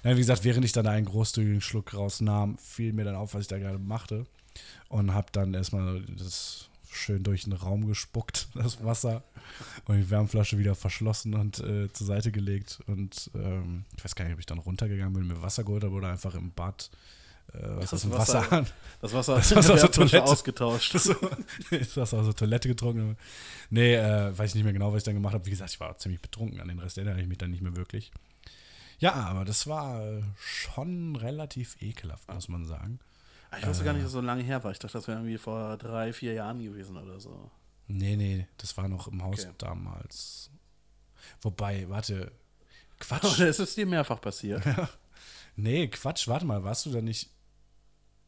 [SPEAKER 2] Ja, wie gesagt, während ich dann einen großzügigen Schluck rausnahm, fiel mir dann auf, was ich da gerade machte. Und habe dann erstmal das schön durch den Raum gespuckt, *laughs* das Wasser. Und die Wärmflasche wieder verschlossen und äh, zur Seite gelegt. Und ähm, ich weiß gar nicht, ob ich dann runtergegangen bin, mir Wasser geholt habe oder einfach im Bad. Äh, was ist
[SPEAKER 1] Das
[SPEAKER 2] im
[SPEAKER 1] Wasser-
[SPEAKER 2] Wasser an? *laughs*
[SPEAKER 1] Das Wasser
[SPEAKER 2] Das
[SPEAKER 1] das Wasser
[SPEAKER 2] Wasser aus der Toilette. *laughs*
[SPEAKER 1] ausgetauscht.
[SPEAKER 2] So, ich saß also Toilette getrunken. Nee, äh, weiß ich nicht mehr genau, was ich dann gemacht habe. Wie gesagt, ich war ziemlich betrunken. An den Rest erinnere ich mich dann nicht mehr wirklich. Ja, aber das war äh, schon relativ ekelhaft, muss man sagen.
[SPEAKER 1] Ah, Ich
[SPEAKER 2] Äh.
[SPEAKER 1] wusste gar nicht, dass das so lange her war. Ich dachte, das wäre irgendwie vor drei, vier Jahren gewesen oder so.
[SPEAKER 2] Nee, nee, das war noch im Haus
[SPEAKER 1] Okay.
[SPEAKER 2] damals. Wobei, warte.
[SPEAKER 1] *laughs* Oder
[SPEAKER 2] Quatsch.
[SPEAKER 1] ist es dir mehrfach passiert?
[SPEAKER 2] nee, Quatsch, warte mal. Warst du da nicht.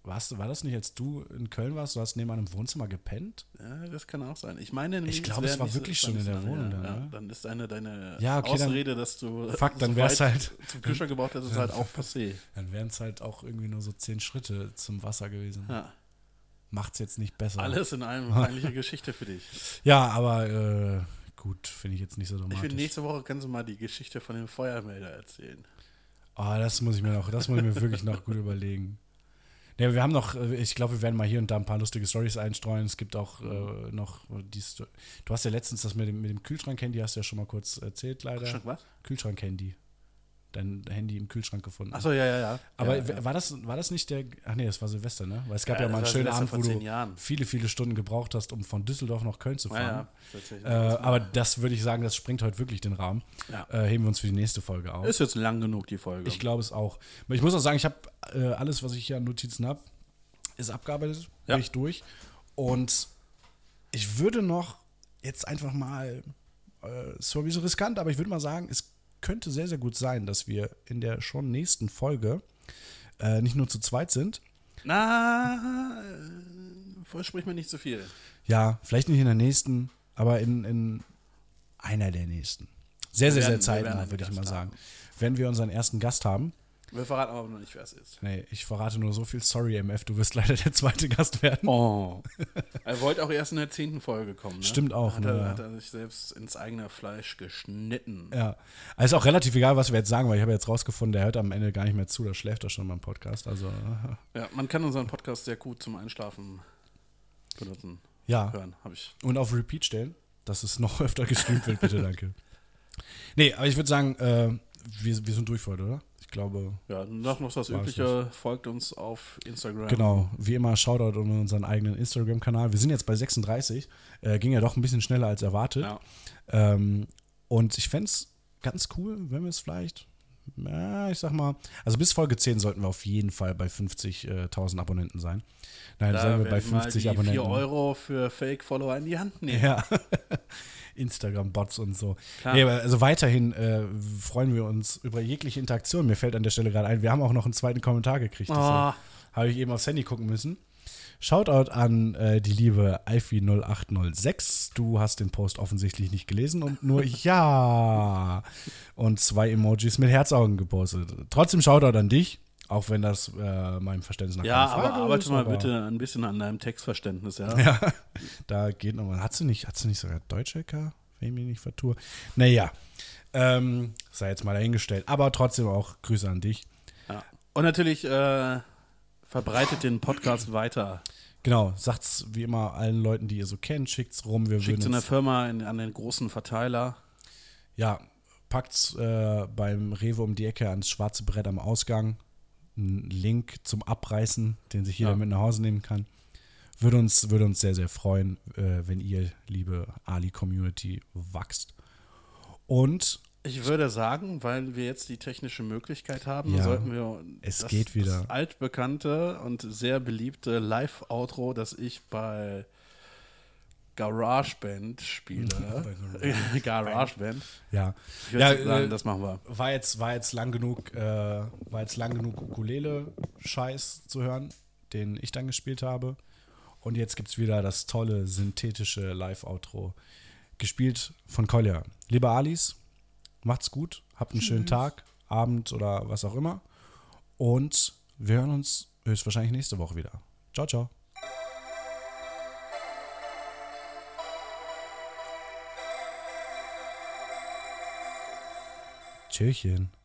[SPEAKER 2] Warst, du- war das nicht, als du in Köln warst? Du hast neben einem Wohnzimmer gepennt?
[SPEAKER 1] Ja, das kann auch sein. Ich meine, nämlich,
[SPEAKER 2] Ich glaube, es
[SPEAKER 1] wäre
[SPEAKER 2] war
[SPEAKER 1] nicht so-
[SPEAKER 2] wirklich
[SPEAKER 1] war
[SPEAKER 2] schon
[SPEAKER 1] nicht
[SPEAKER 2] in
[SPEAKER 1] so
[SPEAKER 2] der
[SPEAKER 1] lange,
[SPEAKER 2] Wohnung
[SPEAKER 1] ja.
[SPEAKER 2] dann,
[SPEAKER 1] Ja,
[SPEAKER 2] ne?
[SPEAKER 1] Dann ist eine deine
[SPEAKER 2] Ja, okay, dann-
[SPEAKER 1] Ausrede, dass du
[SPEAKER 2] Fuck, dann
[SPEAKER 1] so
[SPEAKER 2] wär's
[SPEAKER 1] weit
[SPEAKER 2] halt-
[SPEAKER 1] *laughs* zum Kühlschrank gebraucht hast, ist halt auch passé.
[SPEAKER 2] Dann wären es halt auch irgendwie nur so zehn Schritte zum Wasser gewesen.
[SPEAKER 1] Ja.
[SPEAKER 2] Macht's jetzt nicht besser.
[SPEAKER 1] Alles in allem eine peinliche Geschichte für dich.
[SPEAKER 2] Ja, aber äh, gut, finde ich jetzt nicht so
[SPEAKER 1] Ich
[SPEAKER 2] dramatisch.
[SPEAKER 1] finde, nächste Woche kannst du mal die Geschichte von dem Feuermelder erzählen.
[SPEAKER 2] Ah, das muss ich mir noch, das muss ich mir wirklich noch gut überlegen. Ne, wir haben noch, äh, ich glaube, wir werden mal hier und da ein paar lustige Stories einstreuen. Es gibt auch äh, noch die Sto Du hast ja letztens das mit dem, mit dem Kühlschrank-Handy, hast du ja schon mal kurz erzählt, leider.
[SPEAKER 1] Kühlschrank was?
[SPEAKER 2] Kühlschrank-Handy. Dein Handy im Kühlschrank gefunden.
[SPEAKER 1] Achso, ja, ja, ja.
[SPEAKER 2] Aber
[SPEAKER 1] ja, ja.
[SPEAKER 2] war das, war das nicht der. Ach nee, das war Silvester, ne? Weil es gab ja,
[SPEAKER 1] Ja,
[SPEAKER 2] mal einen
[SPEAKER 1] das war
[SPEAKER 2] schönen
[SPEAKER 1] Silvester
[SPEAKER 2] Abend,
[SPEAKER 1] vor
[SPEAKER 2] wo du
[SPEAKER 1] zehn Jahren.
[SPEAKER 2] viele, viele Stunden gebraucht hast, um von Düsseldorf nach Köln zu
[SPEAKER 1] Ja, ja.
[SPEAKER 2] fahren.
[SPEAKER 1] Tatsächlich.
[SPEAKER 2] Äh, aber das würde ich sagen, das springt heute wirklich den Rahmen.
[SPEAKER 1] Ja.
[SPEAKER 2] Äh, heben wir uns für die nächste Folge auf.
[SPEAKER 1] ist jetzt lang genug, die Folge.
[SPEAKER 2] ich glaube es auch. Aber ich muss auch sagen, ich habe äh, alles, was ich hier an Notizen habe, ist abgearbeitet,
[SPEAKER 1] Ja.
[SPEAKER 2] bin ich durch. Und ich würde noch jetzt einfach mal, äh, sorry, so riskant, aber ich würde mal sagen, es könnte sehr, sehr gut sein, dass wir in der schon nächsten Folge äh, nicht nur zu zweit sind.
[SPEAKER 1] Na, äh, versprich mir nicht zu viel.
[SPEAKER 2] Ja, vielleicht nicht in der nächsten, aber in, in einer der nächsten. Sehr, sehr, sehr
[SPEAKER 1] werden- wir werden
[SPEAKER 2] zeitnah,
[SPEAKER 1] einen
[SPEAKER 2] würde ich
[SPEAKER 1] Gast
[SPEAKER 2] mal sagen.
[SPEAKER 1] haben.
[SPEAKER 2] Wenn wir unseren ersten Gast haben,
[SPEAKER 1] Wir verraten aber noch nicht, wer es ist.
[SPEAKER 2] nee, ich verrate nur so viel, sorry MF, du wirst *laughs* leider der zweite Gast werden. *laughs*
[SPEAKER 1] Oh. er wollte auch erst in der zehnten Folge kommen. Ne?
[SPEAKER 2] Stimmt auch,
[SPEAKER 1] Hat er,
[SPEAKER 2] ne?
[SPEAKER 1] hat er sich selbst ins eigene Fleisch geschnitten.
[SPEAKER 2] Ja, also ist auch relativ egal, was wir jetzt sagen, weil ich habe jetzt rausgefunden, der hört am Ende gar nicht mehr zu, da schläft er schon beim Podcast. Also aha.
[SPEAKER 1] Ja, man kann unseren Podcast sehr gut zum Einschlafen benutzen.
[SPEAKER 2] ja,
[SPEAKER 1] Hören, habe ich.
[SPEAKER 2] und auf Repeat stellen, dass es noch *laughs* öfter gestreamt wird, bitte, danke. Nee, aber ich würde sagen, äh, wir, wir sind durch für heute, oder? Ich glaube,
[SPEAKER 1] Ja, noch, noch das
[SPEAKER 2] Weiß
[SPEAKER 1] Übliche. Folgt uns auf Instagram.
[SPEAKER 2] Genau, wie immer, Shoutout an unseren eigenen Instagram-Kanal. Wir sind jetzt bei 36, äh, ging ja doch ein bisschen schneller als erwartet.
[SPEAKER 1] Ja.
[SPEAKER 2] Ähm, und ich fände es ganz cool, wenn wir es vielleicht, na, ich sag mal, also bis Folge 10 sollten wir auf jeden Fall bei 50.000 Abonnenten sein. Nein,
[SPEAKER 1] Da
[SPEAKER 2] sagen wir bei
[SPEAKER 1] werden mal
[SPEAKER 2] 50
[SPEAKER 1] die
[SPEAKER 2] Abonnenten.
[SPEAKER 1] 4 Euro für Fake-Follower in die Hand nehmen.
[SPEAKER 2] Ja. *laughs* Instagram-Bots und so.
[SPEAKER 1] Klar.
[SPEAKER 2] Nee, aber also weiterhin äh, freuen wir uns über jegliche Interaktion. Mir fällt an der Stelle gerade ein, wir haben auch noch einen zweiten Kommentar gekriegt.
[SPEAKER 1] Oh.
[SPEAKER 2] deshalb Habe ich eben aufs Handy gucken müssen. Shoutout an äh, die liebe Alfie0806. Du hast den Post offensichtlich nicht gelesen
[SPEAKER 1] *laughs*
[SPEAKER 2] und nur Ja und zwei Emojis mit Herzaugen gepostet. Trotzdem Shoutout an dich, auch wenn das äh, meinem Verständnis nach
[SPEAKER 1] Ja,
[SPEAKER 2] keine Frage
[SPEAKER 1] aber arbeite
[SPEAKER 2] ist,
[SPEAKER 1] mal
[SPEAKER 2] aber-
[SPEAKER 1] bitte ein bisschen an deinem Textverständnis, ja?
[SPEAKER 2] ja, da geht nochmal. Hat sie nicht, hat sie nicht sogar Deutschecker, wenn ich mich nicht vertue? Naja, ähm, sei jetzt mal dahingestellt. Aber trotzdem auch Grüße an dich.
[SPEAKER 1] Ja. Und natürlich äh, verbreitet den Podcast weiter.
[SPEAKER 2] Genau, sagt's wie immer allen Leuten, die ihr so kennt, schickt's rum. Wir
[SPEAKER 1] Schickt es in
[SPEAKER 2] würden
[SPEAKER 1] der
[SPEAKER 2] uns,
[SPEAKER 1] Firma in, an den großen Verteiler.
[SPEAKER 2] ja, packt's äh, beim Rewe um die Ecke ans schwarze Brett am Ausgang. Ein Link zum Abreißen, den sich jeder
[SPEAKER 1] Ja.
[SPEAKER 2] mit nach Hause nehmen kann. Würde uns, würde uns sehr, sehr freuen, äh, wenn ihr, liebe Ali-Community, wachst. Und
[SPEAKER 1] Ich würde sagen, weil wir jetzt die technische Möglichkeit haben,
[SPEAKER 2] Ja.
[SPEAKER 1] sollten wir
[SPEAKER 2] Es geht wieder.
[SPEAKER 1] das altbekannte und sehr beliebte Live-Outro, das ich bei Garageband
[SPEAKER 2] *laughs*
[SPEAKER 1] spiele. *laughs* Garageband.
[SPEAKER 2] Ja.
[SPEAKER 1] Ich würde
[SPEAKER 2] ja,
[SPEAKER 1] sagen,
[SPEAKER 2] äh,
[SPEAKER 1] das machen wir.
[SPEAKER 2] war jetzt, war jetzt lang genug, äh, war jetzt lang genug Ukulele-Scheiß zu hören, den ich dann gespielt habe. Und jetzt gibt's wieder das tolle synthetische Live-Outro. Gespielt von Kolja. Liebe Alis, macht's gut, habt einen schönen Tag, Abend oder was auch immer. Und wir hören uns höchstwahrscheinlich nächste Woche wieder. Ciao, ciao. Tschüsschen.